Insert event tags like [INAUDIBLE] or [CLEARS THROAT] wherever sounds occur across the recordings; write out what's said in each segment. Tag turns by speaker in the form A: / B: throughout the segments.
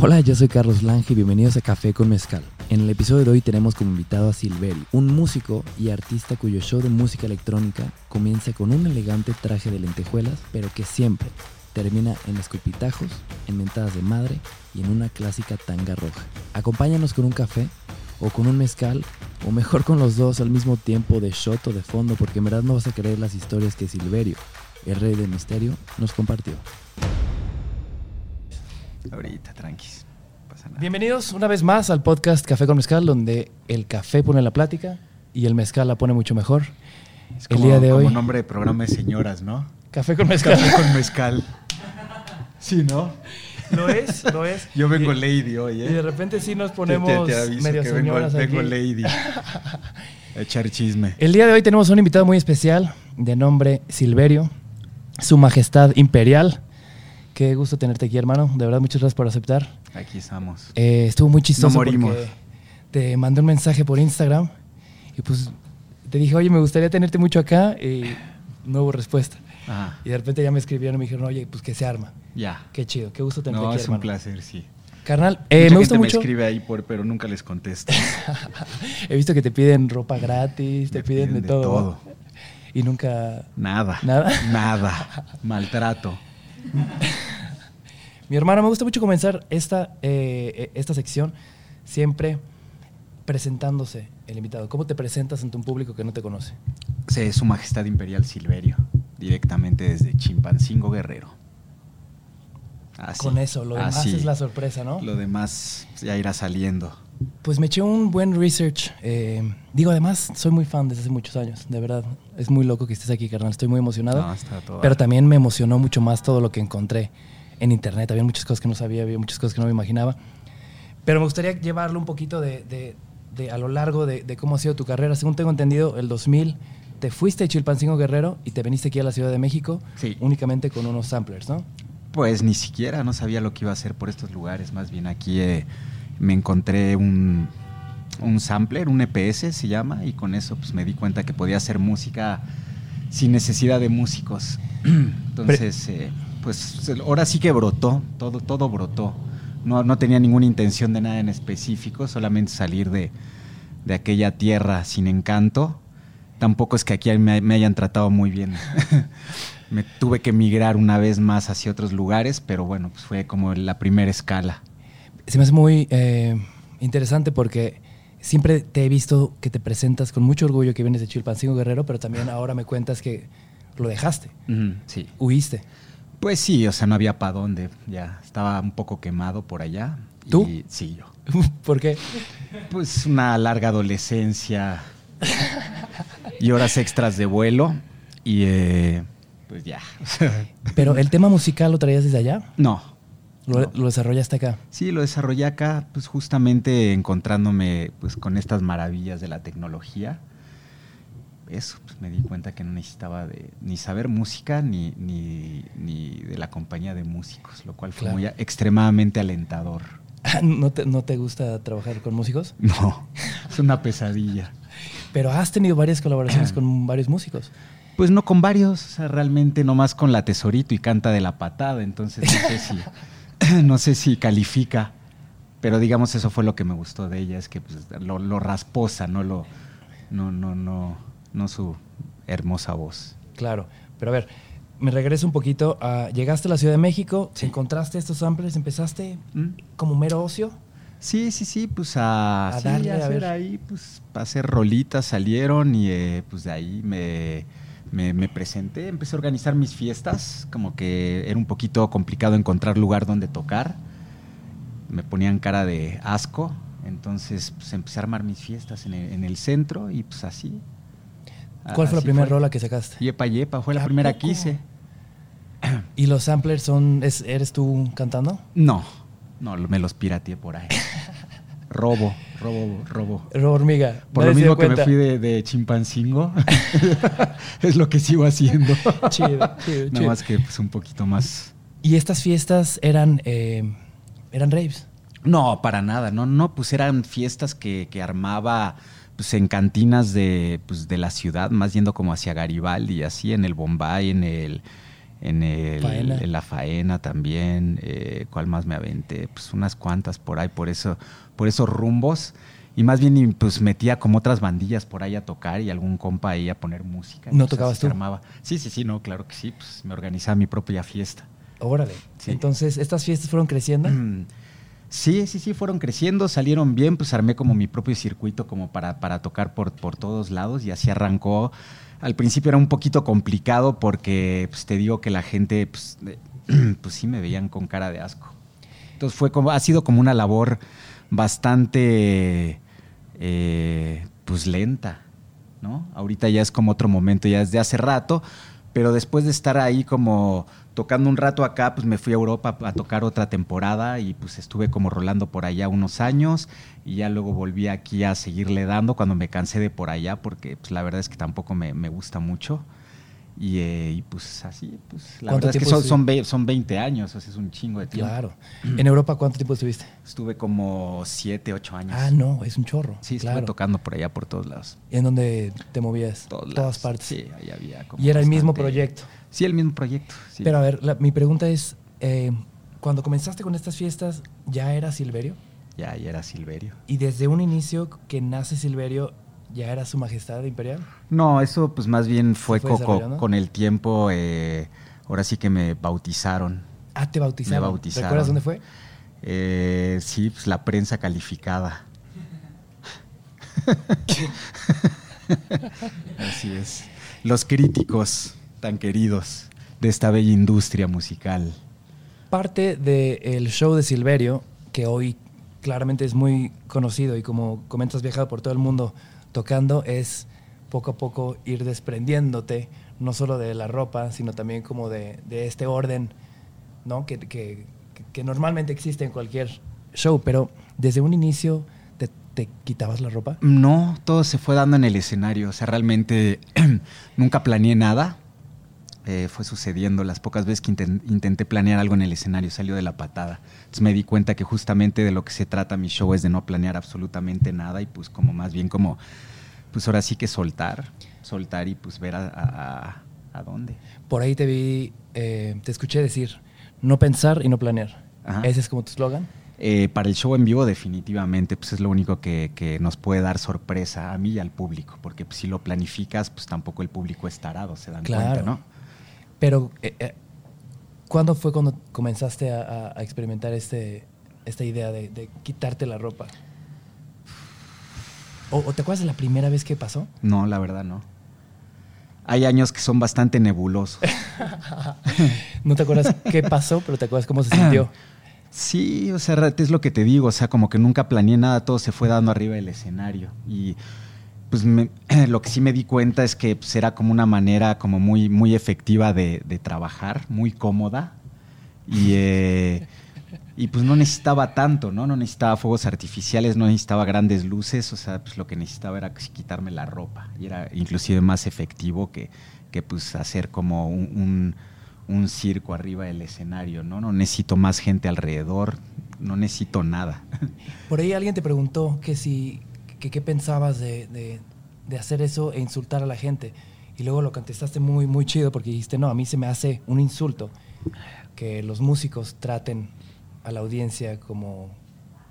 A: Hola, yo soy Carlos Lange y bienvenidos a Café con Mezcal. En el episodio de hoy tenemos como invitado a Silveri, un músico y artista cuyo show de música electrónica comienza con un elegante traje de lentejuelas, pero que siempre termina en escupitajos, en mentadas de madre y en una clásica tanga roja. Acompáñanos con un café o con un mezcal o mejor con los dos al mismo tiempo de shot o de fondo porque en verdad no vas a creer las historias que Silverio, el rey del misterio, nos compartió.
B: Ahorita, tranquis. No pasa nada.
A: Bienvenidos una vez más al podcast Café con Mezcal, donde el café pone la plática y el mezcal la pone mucho mejor.
B: Es
A: el día de
B: como
A: hoy-
B: nombre de programa de señoras, ¿no?
A: Café con mezcal.
B: Café con mezcal. Sí, ¿no?
A: [LAUGHS] Lo es, lo es.
B: Yo vengo
A: y,
B: lady hoy,
A: y
B: ¿eh?
A: de repente sí nos
B: Te- te-
A: ponemos
B: te aviso
A: medio
B: que vengo,
A: señoras
B: vengo
A: aquí. [LAUGHS] Eh,
B: lady. A echar chisme.
A: El día de hoy tenemos un invitado muy especial de nombre Silverio, su majestad imperial. Qué gusto tenerte aquí, hermano. De verdad, muchas gracias por aceptar.
B: Aquí estamos.
A: Eh, estuvo muy chistoso.
B: No morimos.
A: porque Te mandé un mensaje por Instagram y pues te dije, oye, me gustaría tenerte mucho acá y no hubo respuesta.
B: Ah,
A: Y de repente ya me escribieron y me dijeron, oye, pues que se arma.
B: ya.
A: Qué chido, qué gusto tenerte
B: No,
A: aquí,
B: es un
A: eh, hermano.
B: placer, sí.
A: Carnal, eh,
B: Mucha
A: me gusta
B: gente
A: mucho.
B: me escribe ahí, por, pero nunca les contesto.
A: He visto que te piden ropa gratis, [LAUGHS] te
B: Me
A: piden, de, todo.
B: todo.
A: Y nunca...
B: Nada.
A: ¿Nada? [LAUGHS]
B: Nada. Maltrato.
A: Mi hermana, me gusta mucho comenzar esta, eh, eh, esta sección siempre presentándose el invitado. ¿Cómo te presentas ante un público que no te conoce?
B: Sí, Su Majestad Imperial Silverio, directamente desde Chimpancingo Guerrero. Ah, Así,
A: Con eso, lo demás
B: así.
A: es la sorpresa, ¿no?
B: Lo demás ya irá saliendo.
A: Pues me eché un buen research. eh, digo, además, soy muy fan desde hace muchos años, de verdad. Es muy loco que estés aquí, carnal. Estoy muy emocionado.
B: No, está todo.
A: Pero también me emocionó mucho más todo lo que encontré en internet. Había muchas cosas que no sabía, había muchas cosas que no me imaginaba. Pero me gustaría llevarlo un poquito de, de- de a lo largo de, de cómo ha sido tu carrera. Según tengo entendido, el 2000 te fuiste de Chilpancingo Guerrero y te viniste aquí a la Ciudad de México
B: Sí.
A: únicamente con unos samplers, ¿no?
B: Pues ni siquiera, no sabía lo que iba a hacer por estos lugares. Más bien aquí eh, me encontré un, un sampler, un EPS se llama, y con eso pues me di cuenta que podía hacer música sin necesidad de músicos. [CLEARS THROAT] Entonces, eh, pues ahora sí que brotó, todo, todo brotó. No, no tenía ninguna intención de nada en específico, solamente salir de, de aquella tierra sin encanto. Tampoco es que aquí me, me hayan tratado muy bien. [LAUGHS] me tuve que migrar una vez más hacia otros lugares, pero bueno, pues fue como la primera escala.
A: Se me hace muy eh, interesante porque siempre te he visto que te presentas con mucho orgullo que vienes de Chilpancingo Guerrero, pero también ahora me cuentas que lo dejaste,
B: Sí.
A: huiste. [LAUGHS]
B: Pues sí, o sea, no había para dónde. Ya estaba un poco quemado por allá. y-
A: ¿Tú?
B: sí, yo.
A: ¿Por qué?
B: Pues una larga adolescencia y horas extras de vuelo y eh, pues ya. [LAUGHS]
A: Pero el tema musical lo traías desde allá,
B: No,
A: lo,
B: No.
A: lo desarrollaste acá. [LAUGHS]
B: sí, lo desarrollé acá pues justamente encontrándome pues con estas maravillas de la tecnología. Eso, pues me di cuenta que no necesitaba de, ni saber música ni, ni, ni de la compañía de músicos, lo cual fue
A: Claro.
B: muy a- extremadamente alentador. [LAUGHS]
A: ¿No te, ¿No te gusta trabajar con músicos?
B: No, es una pesadilla.
A: Pero has tenido varias colaboraciones [CLEARS THROAT] con varios músicos.
B: Pues no con varios, o sea, realmente nomás con la tesorito y canta de la patada, entonces no sé si, [LAUGHS] no sé si califica, pero digamos eso fue lo que me gustó de ella, es que pues, lo, lo rasposa, no lo, no, no, no, no su hermosa voz.
A: Claro. Pero a ver, me regreso un poquito. a- llegaste a la Ciudad de México,
B: Sí.
A: encontraste estos samples, empezaste
B: ¿Mm?
A: como mero ocio.
B: Sí, sí, sí, pues a,
A: A
B: sí,
A: darle, a
B: hacer
A: ver.
B: ahí, pues a hacer rolitas salieron y eh, pues de ahí me, me- me presenté, empecé a organizar mis fiestas, como que era un poquito complicado encontrar lugar donde tocar, me ponían cara de asco, entonces pues empecé a armar mis fiestas en el, en el centro y pues así. A-
A: ¿Cuál Ah, fue la
B: así
A: primera rola que sacaste?
B: Yepa Yepa, fue
A: ¿A
B: la primera
A: poco?
B: que hice.
A: ¿Y los samplers son, es- eres tú cantando?
B: No, no, me los pirateé
A: [LAUGHS]
B: por ahí. robo, robo, robo.
A: Ro Hormiga.
B: Por lo
A: nadie se dio
B: mismo que me
A: cuenta.
B: fui de, de Chimpancingo, [LAUGHS] es lo que sigo
A: [LAUGHS]
B: haciendo.
A: [LAUGHS] Chido, [LAUGHS] chido,
B: Nada
A: chido.
B: más que pues, un poquito más.
A: Y estas fiestas eran, eh, eran raves.
B: No, para nada, no, no, pues eran fiestas que, que armaba pues, en cantinas de, pues, de la ciudad, más yendo como hacia Garibaldi, así en el Bombay, en el, en, el-
A: Faena.
B: en la faena también, eh, cuál más me aventé, pues unas cuantas por ahí, por eso, por esos rumbos. Y más bien y, pues metía como otras bandillas por ahí a tocar y algún compa ahí a poner música. y,
A: ¿No
B: pues,
A: tocabas
B: así se
A: tú?
B: armaba. Sí, sí, sí, no, claro que sí, pues me organizaba mi propia fiesta.
A: Órale.
B: Sí.
A: Entonces, estas fiestas fueron creciendo.
B: Mm, [CLEARS THROAT] Sí, sí, sí, fueron creciendo, salieron bien, pues armé como mi propio circuito como para, para tocar por, por todos lados y así arrancó. Al principio era un poquito complicado porque pues, te digo que la gente, pues, de- [CLEARS THROAT] pues sí me veían con cara de asco. Entonces fue como, ha sido como una labor bastante, eh, pues lenta, ¿no? Ahorita ya es como otro momento, ya desde hace rato, pero después de estar ahí como tocando un rato acá, pues me fui a Europa a tocar otra temporada y pues estuve como rolando por allá unos años y ya luego volví aquí a seguirle dando cuando me cansé de por allá porque pues la verdad es que tampoco me, me gusta mucho. Y, eh, y, pues así, pues la
A: ¿Cuánto
B: verdad es que
A: tiempo
B: son, son, ve- son 20 años, o sea, es un chingo de tiempo.
A: Claro. ¿En Europa cuánto tiempo estuviste?
B: Estuve como 7, 8 años.
A: Ah, no, es un chorro.
B: Sí, estuve
A: claro.
B: tocando por allá por todos lados.
A: ¿En donde te movías?
B: todos
A: Todas
B: lados.
A: partes.
B: Sí, ahí había como
A: y era el mismo
B: bastante-
A: proyecto.
B: Sí, el mismo proyecto. sí.
A: Pero a ver, la- mi pregunta es, eh, cuando comenzaste con estas fiestas, ¿ya era Silverio?
B: Ya, ya era Silverio.
A: Y desde un inicio que nace Silverio, ¿ya era su majestad imperial?
B: No, eso pues más bien fue,
A: fue
B: co- co-
A: desarrollando?
B: con el tiempo. eh, ahora sí que me bautizaron.
A: Ah, te bautizaron.
B: Me bautizaron.
A: ¿Recuerdas dónde fue?
B: Eh, sí, pues la prensa [LAUGHS] calificada. Así es. Los críticos tan queridos de esta bella industria musical.
A: Parte del show de Silverio, que hoy claramente es muy conocido y como comentas, viajado por todo el mundo tocando, es poco a poco ir desprendiéndote, no solo de la ropa, sino también como de, de este orden, ¿no? Que, que- que normalmente existe en cualquier show, pero desde un inicio te, te quitabas la ropa.
B: No, todo se fue dando en el escenario. O sea, realmente [CLEARS THROAT] nunca planeé nada. Eh, fue sucediendo las pocas veces que inten- intenté planear algo en el escenario, salió de la patada. Entonces me di cuenta que justamente de lo que se trata mi show es de no planear absolutamente nada y pues como más bien como, pues ahora sí que soltar, soltar y pues ver a, a- a- a dónde.
A: Por ahí te vi, eh, te escuché decir, no pensar y no planear.
B: Ajá.
A: Ese es como tu slogan.
B: Eh, para el show en vivo definitivamente pues es lo único que, que nos puede dar sorpresa a mí y al público, porque pues, si lo planificas pues tampoco el público es tarado, se dan
A: Claro.
B: cuenta, ¿no?
A: Pero, eh, eh, ¿cuándo fue cuando comenzaste a, a- a experimentar este, esta idea de, de quitarte la ropa? ¿O, o te acuerdas de la primera vez que pasó?
B: No, la verdad no. Hay años que son bastante nebulosos.
A: No te acuerdas qué pasó, pero te acuerdas cómo se sintió.
B: Sí, o sea, es lo que te digo, o sea, como que nunca planeé nada, todo se fue dando arriba del escenario. Y pues me- [CLEARS THROAT] lo que sí me di cuenta es que pues, era como una manera como muy, muy efectiva de, de trabajar, muy cómoda. Y, eh, y pues no necesitaba tanto, ¿no? No necesitaba fuegos artificiales, no necesitaba grandes luces, o sea, pues lo que necesitaba era quitarme la ropa. Y era inclusive más efectivo que, que pues hacer como un, un- un circo arriba del escenario, ¿no? No necesito más gente alrededor, no necesito nada.
A: Por ahí alguien te preguntó que si, que qué pensabas de, de- de hacer eso e insultar a la gente. Y luego lo contestaste muy, muy chido porque dijiste, no, a mí se me hace un insulto que los músicos traten a la audiencia como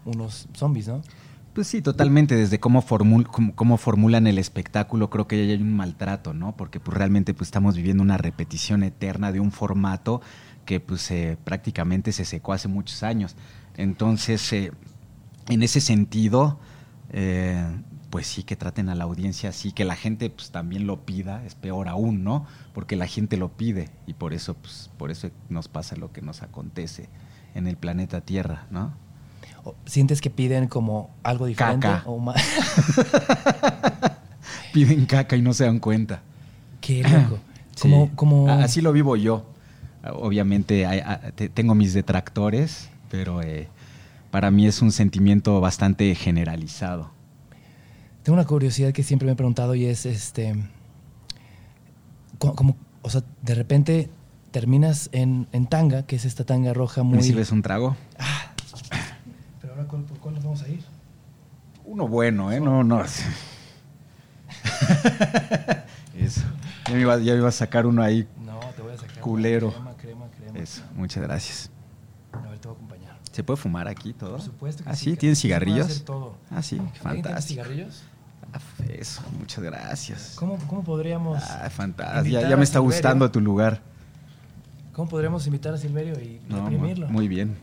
A: unos zombies, ¿no?
B: Pues sí, totalmente. Desde cómo, formul- cómo, cómo formulan el espectáculo, creo que ya hay un maltrato, ¿no? Porque pues, realmente pues, estamos viviendo una repetición eterna de un formato que pues, eh, prácticamente se secó hace muchos años. Entonces, eh, en ese sentido, eh, pues sí que traten a la audiencia así, que la gente pues, también lo pida, es peor aún, ¿no? Porque la gente lo pide y por eso, pues, por eso nos pasa lo que nos acontece en el planeta Tierra, ¿no?
A: ¿O ¿Sientes que piden como algo diferente?
B: Caca.
A: O ma- [LAUGHS]
B: Piden caca y no se dan cuenta.
A: Qué loco.
B: [LAUGHS] Sí.
A: Como, como...
B: A- Así lo vivo yo. Obviamente hay- a- te- tengo mis detractores, pero eh, para mí es un sentimiento bastante generalizado.
A: Tengo una curiosidad que siempre me he preguntado y es, este, co- como, o sea, de repente terminas en, en tanga, que es esta tanga roja muy...
B: ¿Me sirves un trago?
A: Pero ahora, ¿cuál- ¿por cuál nos vamos a ir?
B: Uno bueno, ¿eh? No, [LAUGHS] no. Eso. Ya me, iba, ya me iba a sacar uno ahí.
A: No, te voy a sacar
B: culero.
A: Crema, crema, crema.
B: Eso, muchas gracias.
A: A ver, te voy a acompañar.
B: ¿Se puede fumar aquí todo?
A: Por supuesto que
B: ah,
A: sí.
B: sí.
A: ca-
B: ¿Tienen
A: se puede hacer
B: cigarrillos?
A: todo.
B: Ah, sí,
A: ¿Alguien tiene
B: fantástico.
A: cigarrillos?
B: Ah, Eso, muchas gracias.
A: ¿Cómo, cómo podríamos,
B: Ah, fantástico. Ya,
A: Invitar
B: ya
A: a
B: me está
A: Silverio.
B: gustando tu lugar.
A: ¿Cómo podríamos invitar a Silverio y
B: No, mu-
A: imprimirlo?
B: muy bien.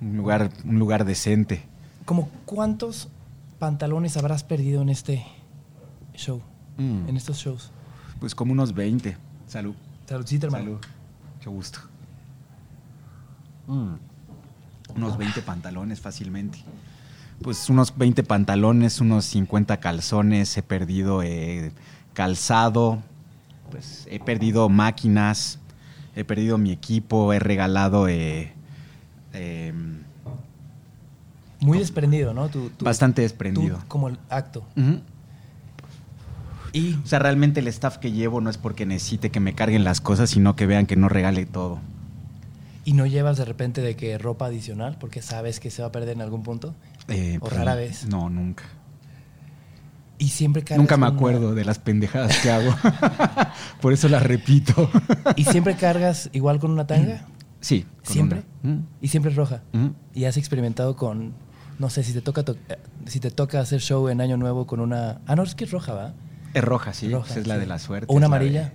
B: Un lugar, un lugar decente.
A: ¿Cómo cuántos pantalones habrás perdido en este show?
B: Mm.
A: En estos shows.
B: Pues como unos 20. Salud.
A: Saludcita, hermano.
B: Salud. Mucho gusto. Mm. Unos 20 pantalones fácilmente. Pues unos 20 pantalones, unos 50 calzones. He perdido eh, calzado. Pues he perdido máquinas. He perdido mi equipo. He regalado. eh, em,
A: Muy desprendido, ¿no? Tu, tu- tú
B: bastante desprendido.
A: como el acto.
B: Ujú. Y, o sea, realmente el staff que llevo no es porque necesite que me carguen las cosas, sino que vean que no regale todo.
A: ¿Y no llevas de repente de que ropa adicional porque sabes que se va a perder en algún punto?
B: Eh,
A: O rara vez.
B: No, nunca.
A: Y siempre cargas
B: Nunca me
A: una-
B: acuerdo de las pendejadas que hago. [LAUGHS] Por eso las repito. [LAUGHS]
A: ¿Y siempre cargas igual con una tanga?
B: Sí. con
A: ¿Siempre?
B: una. Mm,
A: Y siempre es roja.
B: mm.
A: Y has experimentado con, no sé, si te toca, to- eh, si te toca hacer show en Año Nuevo con una... Ah, no, es que es roja, ¿va?
B: Es roja, sí.
A: Roja,
B: pues es la
A: sí.
B: de la suerte.
A: ¿O una
B: es la de-
A: amarilla?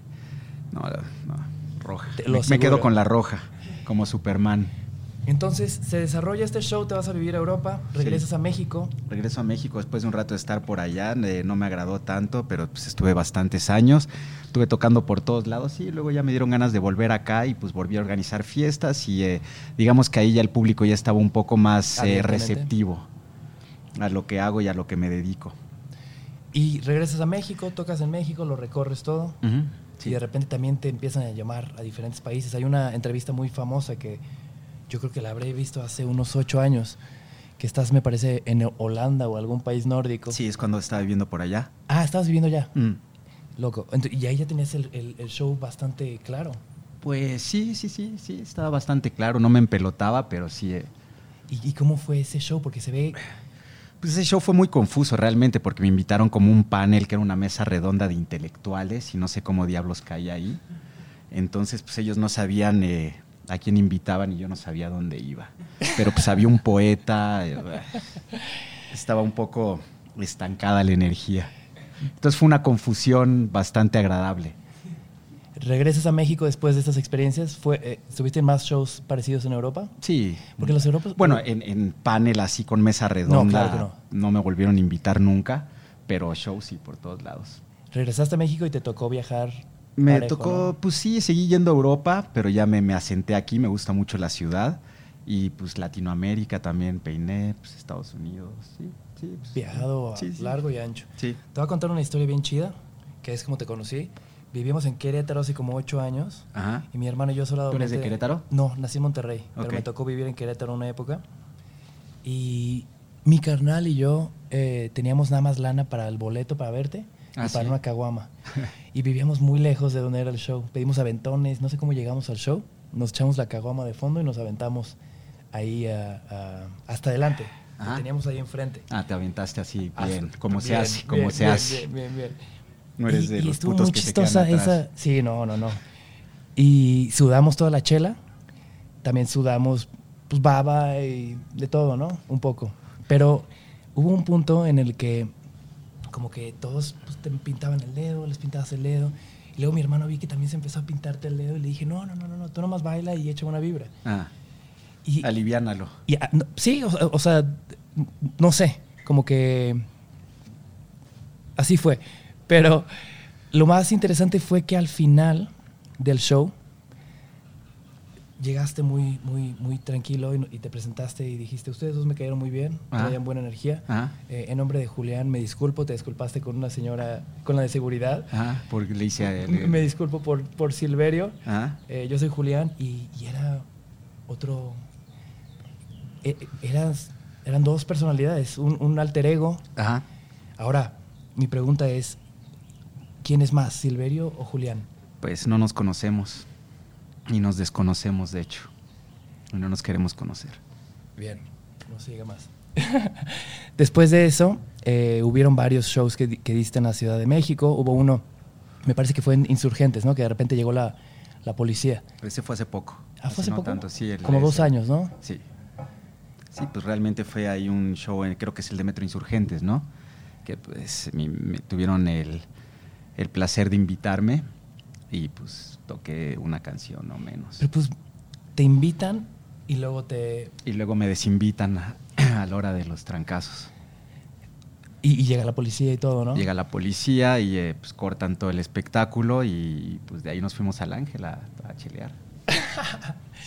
B: No, no, no, roja.
A: Te lo
B: Me, me quedo
A: aseguro.
B: con la roja, como Superman.
A: Entonces, se desarrolla este show, te vas a vivir a Europa, regresas a México.
B: Regreso a México después de un rato de estar por allá, eh, no me agradó tanto, pero pues estuve bastantes años, estuve tocando por todos lados y luego ya me dieron ganas de volver acá y pues volví a organizar fiestas y eh, digamos que ahí ya el público ya estaba un poco más eh,
A: Abiertamente.
B: receptivo a lo que hago y a lo que me dedico.
A: Y regresas a México, tocas en México, lo recorres todo. Y de repente también te empiezan a llamar a diferentes países. Hay una entrevista muy famosa que yo creo que la habré visto hace unos ocho años, que estás, me parece, en Holanda o algún país nórdico.
B: Sí, es cuando estaba viviendo por allá.
A: Ah, estabas viviendo ya.
B: Mm.
A: Loco. Ent- y ahí ya tenías el, el- el show bastante claro.
B: Pues sí, sí, sí, sí, estaba bastante claro, no me empelotaba, pero sí... eh,
A: ¿Y, y cómo fue ese show? Porque se ve...
B: Pues ese show fue muy confuso realmente porque me invitaron como un panel que era una mesa redonda de intelectuales y no sé cómo diablos caía ahí. Entonces pues ellos no sabían eh, a quién invitaban y yo no sabía dónde iba. Pero pues había un poeta, eh, [LAUGHS] bah, estaba un poco estancada la energía. Entonces fue una confusión bastante agradable.
A: Regresas a México después de estas experiencias. Fue, eh, ¿Estuviste en más shows parecidos en Europa?
B: Sí.
A: Porque los europeos...
B: Bueno, en, en panel así con mesa redonda no,
A: claro que no.
B: me volvieron a invitar nunca, pero show sí por todos lados.
A: Regresaste a México y te tocó viajar.
B: Me
A: parejo,
B: tocó,
A: ¿no?
B: pues sí, seguí yendo a Europa, pero ya me, me asenté aquí, me gusta mucho la ciudad. Y pues Latinoamérica también, peiné, pues Estados Unidos, sí, sí. pues,
A: Viajado a
B: sí, sí,
A: largo y ancho.
B: Sí.
A: Te voy a contar una historia bien chida, que es como te conocí. Vivíamos en Querétaro hace como ocho años.
B: Ajá.
A: Y mi hermano y yo solo...
B: ¿Tú eres de Querétaro?
A: No, nací en Monterrey, pero
B: Ok.
A: me tocó vivir en Querétaro una época. Y mi carnal y yo eh, teníamos nada más lana para el boleto para verte
B: Ah,
A: y para
B: ¿sí?
A: una caguama. y vivíamos muy lejos de donde era el show. Pedimos aventones, no sé cómo llegamos al show. Nos echamos la caguama de fondo y nos aventamos ahí a- a- hasta adelante. Lo
B: Ajá.
A: teníamos ahí enfrente.
B: Ah, te aventaste así,
A: Hasta-
B: bien, como se
A: bien,
B: hace,
A: bien,
B: como se
A: bien,
B: hace.
A: bien, bien, bien.
B: No eres de los
A: estuvo
B: putos
A: muy
B: que se quedan
A: chistosa
B: atrás.
A: esa- Sí, no, no, no. Y sudamos toda la chela. También sudamos pues, baba y de todo, ¿no? Un poco. Pero hubo un punto en el que como que todos pues, te pintaban el dedo, les pintabas el dedo. Y luego mi hermano vi que también se empezó a pintarte el dedo y le dije, no, no, no, no, no, tú nomás baila y echa una vibra.
B: Ah,
A: Y,
B: aliviánalo.
A: y, ah, no, sí, o, o sea, no sé, como que así fue. Pero lo más interesante fue que al final del show llegaste muy, muy, muy tranquilo y, y te presentaste y dijiste, ustedes dos me cayeron muy bien,
B: Ajá.
A: traían buena energía.
B: Ajá.
A: Eh, en nombre de Julián, me disculpo, te disculpaste con una señora, con la de seguridad.
B: Ajá, porque le hice a él. eh.
A: Me disculpo por, por Silverio.
B: Ajá.
A: Eh, yo soy Julián y, y era otro. e- eras- eran dos personalidades, un, un alter ego.
B: Ajá.
A: Ahora, mi pregunta es: ¿quién es más, Silverio o Julián?
B: Pues no nos conocemos. Y nos desconocemos, de hecho. Y no nos queremos conocer.
A: Bien. No se diga más. [LAUGHS] Después de eso, eh, hubieron varios shows que, di- que diste en la Ciudad de México. Hubo uno, me parece que fue en Insurgentes, ¿no? Que de repente llegó la, la policía.
B: Ese fue hace poco.
A: Ah, fue hace
B: no
A: poco.
B: tanto, sí. el-
A: Como dos
B: ese-
A: años, ¿no?
B: Sí. Sí, pues realmente fue ahí un show, en- creo que es el de Metro Insurgentes, ¿no? Que pues mi- me tuvieron el, el placer de invitarme y pues toqué una canción o menos.
A: Pero pues te invitan y luego te...
B: Y luego me desinvitan a, [CLEARS THROAT] a la hora de los trancazos.
A: Y, y llega la policía y todo, ¿no?
B: Llega la policía y eh, pues cortan todo el espectáculo y pues de ahí nos fuimos al Ángel a, a
A: [LAUGHS]
B: chilear.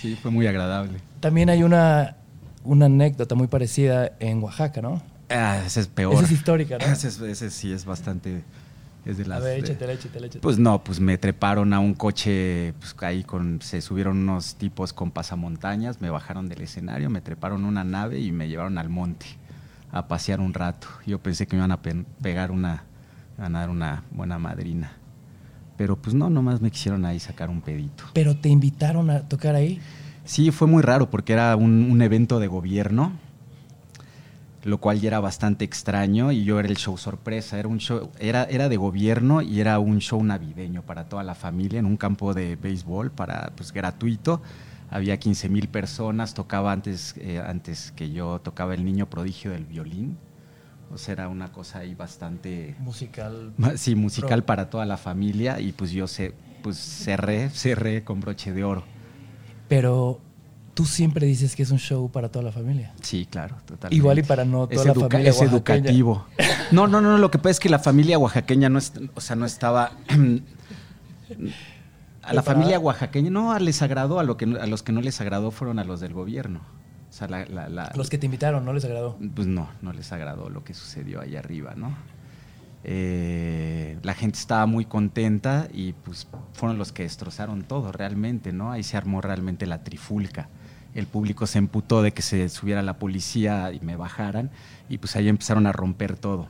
B: Sí, fue muy agradable.
A: También hay una, una anécdota muy parecida en Oaxaca, ¿no?
B: Ah, esa es peor.
A: Esa es histórica, ¿no?
B: Ese, es- ese [LAUGHS] sí es bastante... Es de las,
A: a ver,
B: de-
A: échatela, échatela, échatela.
B: Pues no, pues me treparon a un coche, pues ahí con, se subieron unos tipos con pasamontañas, me bajaron del escenario, me treparon a una nave y me llevaron al monte a pasear un rato. Yo pensé que me iban a pe- pegar una, a dar una buena madrina. Pero pues no, nomás me quisieron ahí sacar un pedito.
A: Pero te invitaron a tocar ahí.
B: Sí, fue muy raro porque era un, un evento de gobierno, lo cual ya era bastante extraño y yo era el show sorpresa, era un show, era, era de gobierno y era un show navideño para toda la familia en un campo de béisbol para pues gratuito. Había 15 mil personas, tocaba antes, eh, antes que yo, tocaba el niño prodigio del violín. O sea, era una cosa ahí bastante...
A: Musical.
B: Ma- Sí, musical
A: Pro.
B: para toda la familia y pues yo sé, pues cerré, cerré con broche de oro.
A: Pero tú siempre dices que es un show para toda la familia.
B: Sí, claro, totalmente.
A: Igual y para no toda
B: es
A: la
B: educa-
A: familia
B: es
A: oaxaqueña.
B: educativo. No, no, no, lo que pasa es que la familia oaxaqueña no, es, o sea, no estaba... [CLEARS THROAT] A la
A: ¿Preparada?
B: familia oaxaqueña, no, les agradó, a, lo que, no- a los que no les agradó fueron a los del gobierno. O sea, la- la- la-
A: Los que te invitaron, ¿no les agradó?
B: pues no, no les agradó lo que sucedió ahí arriba, ¿no? Eh, la gente estaba muy contenta y pues fueron los que destrozaron todo realmente, ¿no? Ahí se armó realmente la trifulca. El público se emputó de que se subiera la policía y me bajaran y pues ahí empezaron a romper todo.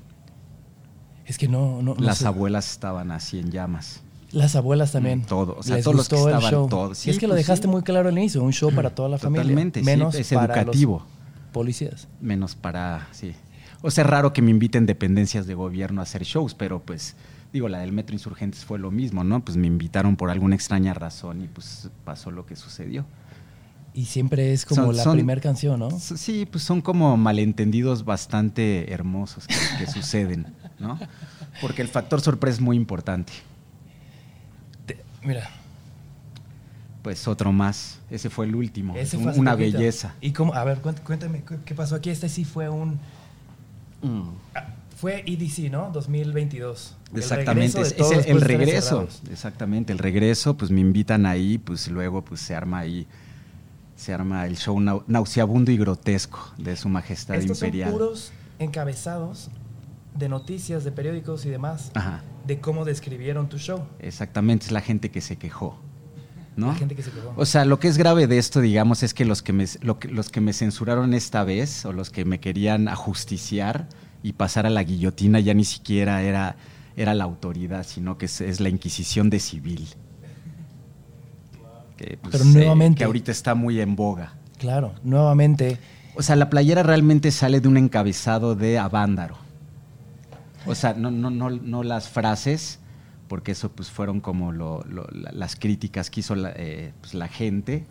A: Es que no, no, no
B: Las
A: sé.
B: abuelas estaban así en llamas.
A: Las abuelas también.
B: Mm, todo, o sea,
A: Les
B: todos los que
A: gustó el
B: estaban,
A: show.
B: todos.
A: Y es
B: Sí,
A: que lo
B: pues,
A: dejaste
B: sí. Mm,
A: muy claro al inicio, un show para toda la familia.
B: Totalmente, sí,
A: menos
B: es
A: para los
B: educativo.
A: policías.
B: menos para, sí. O sea, es raro que me inviten dependencias de gobierno a hacer shows, pero pues, digo, la del Metro Insurgentes fue lo mismo, ¿no? Pues me invitaron por alguna extraña razón y pues pasó lo que sucedió.
A: Y siempre es como
B: Son-
A: la
B: son-
A: primera canción, ¿no?
B: S- Sí, pues son como malentendidos bastante hermosos que, que suceden, ¿no? Porque el factor sorpresa es muy importante.
A: Te- mira,
B: Pues otro más, ese fue el último,
A: ese
B: Un-
A: fue hace
B: una
A: poquito.
B: belleza.
A: Y cómo, a ver, cuént- cuéntame cu- qué pasó aquí. Este sí fue un Mm. fue EDC, ¿no? 2022. El
B: Exactamente,
A: regreso de
B: es, es
A: todos
B: el- el,
A: después de estar
B: regreso.
A: encerrados.
B: Exactamente, el regreso, pues me invitan ahí, pues luego pues se arma ahí, se arma el show nau- nauseabundo y grotesco de Su Majestad
A: Estos
B: Imperial.
A: son puros encabezados de noticias, de periódicos y demás
B: Ajá,
A: de cómo describieron tu show.
B: exactamente, es la gente que se quejó, ¿no?
A: La gente que se quejó.
B: Ah. O sea, lo que es grave de esto, digamos, es que los que me, lo que- los que me censuraron esta vez o los que me querían ajusticiar y pasar a la guillotina ya ni siquiera era, era la autoridad, sino que es, es la inquisición de civil. Que, pues,
A: Pero
B: eh,
A: nuevamente-
B: que ahorita está muy en boga.
A: Claro, nuevamente
B: O sea, la playera realmente sale de un encabezado de Avándaro. O sea, no, no, no, no las frases, porque eso pues fueron como lo- lo- la- las críticas que hizo la, eh, pues, la gente,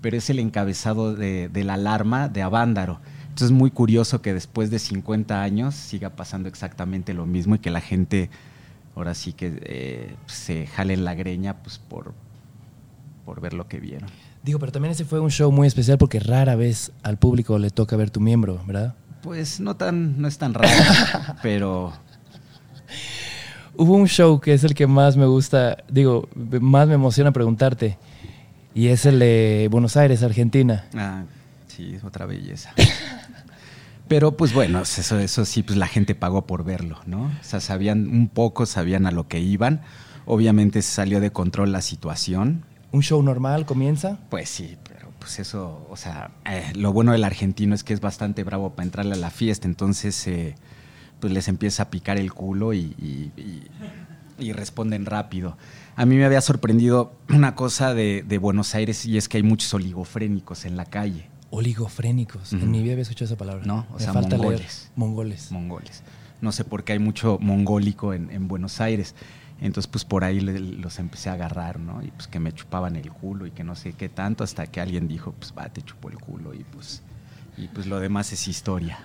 B: pero es el encabezado de, de la alarma de Avándaro. Entonces es muy curioso que después de 50 años siga pasando exactamente lo mismo y que la gente ahora sí que eh, se jale la greña pues por, por ver lo que vieron.
A: Digo, pero también ese fue un show muy especial porque rara vez al público le toca ver tu miembro, ¿verdad?
B: Pues no tan, no es tan raro, pero
A: Hubo un show que es el que más me gusta, digo, más me emociona preguntarte, y es el de Buenos Aires, Argentina.
B: Ah, sí, es otra belleza. [COUGHS] Pero pues bueno, eso, eso sí, pues la gente pagó por verlo, ¿no? O sea, sabían un poco, sabían a lo que iban. Obviamente se salió de control la situación.
A: Un show normal comienza.
B: Pues sí, pero pues eso, o sea, eh, lo bueno del argentino es que es bastante bravo para entrarle a la fiesta, entonces eh, pues les empieza a picar el culo y, y- y- y responden rápido. A mí me había sorprendido una cosa de, de Buenos Aires y es que hay muchos oligofrénicos en la calle.
A: Oligofrénicos.
B: Ujú.
A: En mi vida había escuchado esa palabra.
B: No, o
A: Me
B: sea,
A: falta leer.
B: mongoles.
A: Mongoles.
B: mongoles. No sé por qué hay mucho mongólico en, en Buenos Aires. Entonces, pues por ahí le- los empecé a agarrar, ¿no? Y pues que me chupaban el culo y que no sé qué tanto, hasta que alguien dijo, pues va, te chupó el culo y pues, y pues lo demás es historia.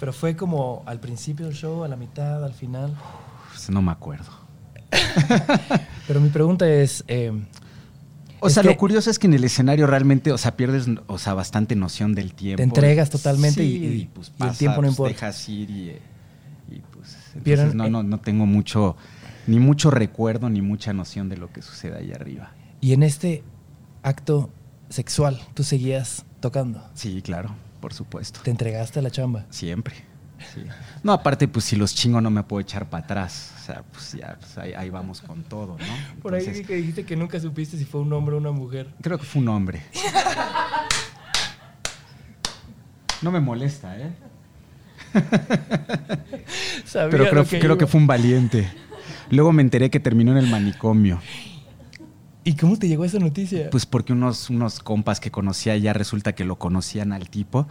A: Pero fue como al principio del show, a la mitad, al final.
B: Pues no me acuerdo.
A: Pero mi pregunta es, eh,
B: O
A: Es
B: sea,
A: que-
B: lo curioso es que en el escenario realmente, o sea, pierdes, o sea, bastante noción del tiempo.
A: entregas totalmente
B: Sí,
A: y- y-
B: pues
A: y el
B: pasa,
A: tiempo no
B: pues,
A: importa.
B: dejas ir y, eh, y, pues entonces
A: Vieron,
B: no,
A: eh,
B: no, no tengo mucho, ni mucho recuerdo, ni mucha noción de lo que sucede ahí arriba.
A: y en este acto sexual, tú seguías tocando,
B: Sí, claro, por supuesto.
A: te entregaste a la chamba.
B: Siempre. sí. No, aparte, pues si los chingo no me puedo echar para atrás. O sea, pues ya, pues, ahí, ahí vamos con todo, ¿no? Entonces,
A: que dijiste que nunca supiste si fue un hombre o una mujer.
B: Creo que fue un hombre. No me molesta, ¿eh?
A: Sabía
B: Pero creo,
A: lo que
B: creo que
A: iba.
B: fue un valiente. Luego me enteré que terminó en el
A: [LAUGHS]
B: manicomio.
A: ¿Y cómo te llegó esa noticia?
B: Pues porque unos, unos compas que conocía ya resulta que lo conocían al tipo.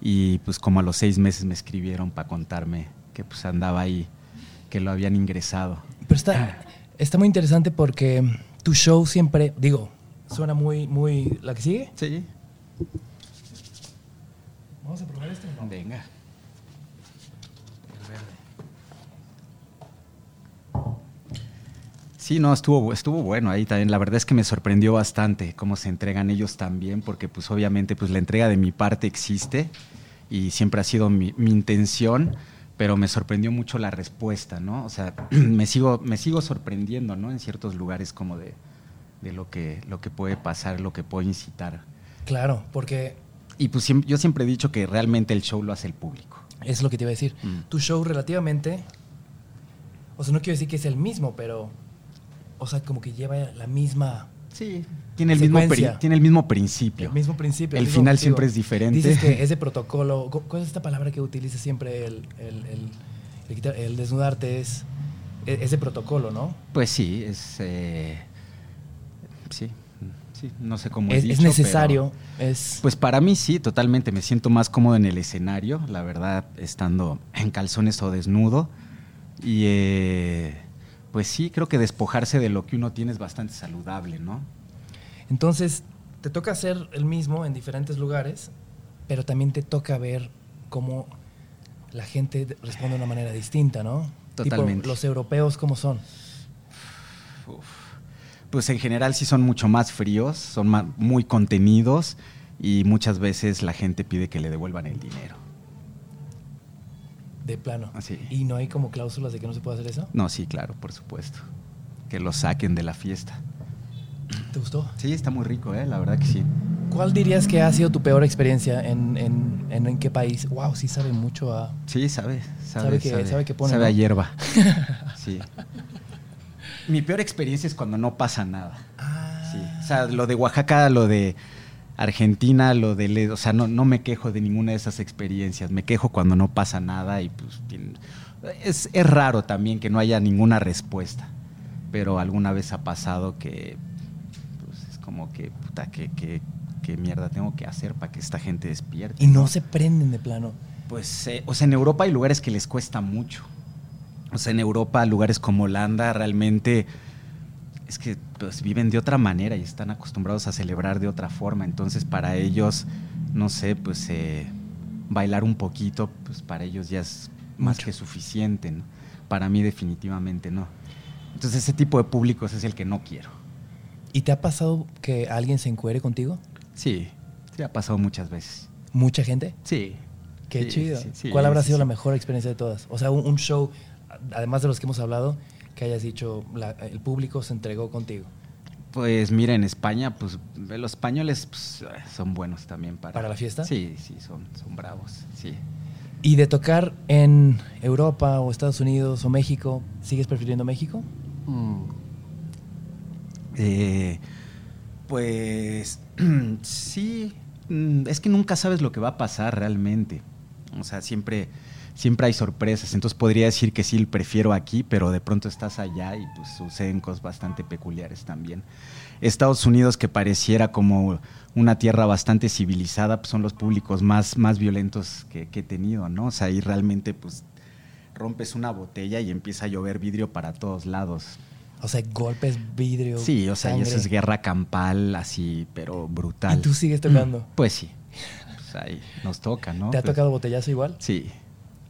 B: Y pues como a los seis meses me escribieron para contarme que pues andaba ahí, que lo habían ingresado.
A: Pero
B: Ah.
A: está, está muy interesante porque tu show siempre, digo, suena muy, muy... ¿La que sigue?
B: Sí.
A: Vamos a probar este.
B: Venga. Sí, no, estuvo, bu- estuvo bueno ahí también. La verdad es que me sorprendió bastante cómo se entregan ellos también, porque pues obviamente pues la entrega de mi parte existe y siempre ha sido mi, mi intención, pero me sorprendió mucho la respuesta, ¿no? O sea, [CLEARS THROAT] me sigo, me sigo sorprendiendo, ¿no? En ciertos lugares como de, de lo, que, lo que puede pasar, lo que puede incitar.
A: Claro, porque
B: Y pues siem- yo siempre he dicho que realmente el show lo hace el público.
A: es lo que te iba a decir.
B: Mm.
A: Tu show relativamente, o sea, no quiero decir que es el mismo, pero, o sea, como que lleva la misma,
B: Sí. Tiene el, mismo,
A: Secuencia.
B: pri- tiene el mismo principio.
A: el mismo principio.
B: El
A: mismo
B: final
A: objetivo.
B: siempre es diferente.
A: Dices que es de protocolo. Cu- ¿Cuál es esta palabra que utiliza siempre el, el, el- el quitar- el desnudarte? Es, es es de protocolo, ¿no?
B: [LAUGHS] Pues sí, es. eh, sí, sí, no sé cómo he
A: Es, es
B: dicho,
A: necesario.
B: pero-
A: es,
B: pues para mí sí, totalmente. Me siento más cómodo en el escenario, la verdad, estando en calzones o desnudo. Y eh, pues sí, creo que despojarse de lo que uno tiene es bastante saludable, ¿no?
A: Entonces, te toca hacer el mismo en diferentes lugares, pero también te toca ver cómo la gente de- responde de una manera distinta, ¿no? Tipo,
B: Totalmente.
A: los europeos, ¿cómo son?
B: Pues en general sí son mucho más fríos, son ma- muy contenidos y muchas veces la gente pide que le devuelvan el dinero.
A: De plano.
B: Así.
A: Y no hay como cláusulas de que no se puede hacer eso.
B: No, sí, claro, por supuesto. Que lo saquen de la fiesta.
A: ¿Te gustó?
B: Sí, está muy rico, ¿eh? la verdad que sí.
A: ¿Cuál dirías que ha sido tu peor experiencia en, en, en, en qué país? Wow, sí sabe mucho a...
B: Sí, sabe. Sabe,
A: Sabe que- sabe que pone,
B: sabe a
A: ¿no? [LAUGHS]
B: hierba. Sí. Mi peor experiencia es cuando no pasa nada. Sí. O sea, lo de Oaxaca, lo de Argentina, lo de... Le- O sea, no, no me quejo de ninguna de esas experiencias. Me quejo cuando no pasa nada y pues... tien- Es, es raro también que no haya ninguna respuesta. Pero alguna vez ha pasado que... Pues es como que... Puta, que... que ¿Qué mierda tengo que hacer para que esta gente despierte?
A: Y no se prenden de plano.
B: Pues, eh, o sea, en Europa hay lugares que les cuesta mucho. O sea, en Europa, lugares como Holanda, realmente es que pues, viven de otra manera y están acostumbrados a celebrar de otra forma. Entonces, para ellos, no sé, pues eh, bailar un poquito, pues para ellos ya es más
A: Mucho.
B: que suficiente. ¿no? Para mí, definitivamente no. Entonces, ese tipo de públicos es el que no quiero.
A: ¿Y te ha pasado que alguien se encuere contigo?
B: Sí, sí, ha pasado muchas veces.
A: ¿Mucha gente?
B: Sí.
A: Qué
B: Sí,
A: chido.
B: sí, sí,
A: ¿Cuál habrá
B: sí,
A: sido
B: sí.
A: la mejor experiencia de todas? O sea, un, un show, a- además de los que hemos hablado, que hayas dicho, la- el público se entregó contigo.
B: Pues mira, en España, pues los españoles pues, eh, son buenos también para...
A: ¿Para la fiesta?
B: Sí, sí, son, son bravos, sí.
A: Y de tocar en Europa o Estados Unidos o México, ¿sigues prefiriendo México?
B: Mm. Eh, pues [CLEARS THROAT] sí, mm, es que nunca sabes lo que va a pasar realmente. O sea, siempre, siempre hay sorpresas. Entonces podría decir que sí, prefiero aquí, pero de pronto estás allá y pues suceden cosas bastante peculiares también. Estados Unidos, que pareciera como una tierra bastante civilizada, pues son los públicos más, más violentos que, que he tenido, ¿no? O sea, ahí realmente pues rompes una botella y empieza a llover vidrio para todos lados.
A: O sea, golpes, vidrio.
B: Sí, o sea, y eso
A: sangre.
B: es guerra campal así, pero brutal.
A: Y tú sigues tocando.
B: Pues sí. Pues ahí nos toca, ¿no?
A: ¿Te ha
B: Pues,
A: tocado botellazo igual?
B: Sí,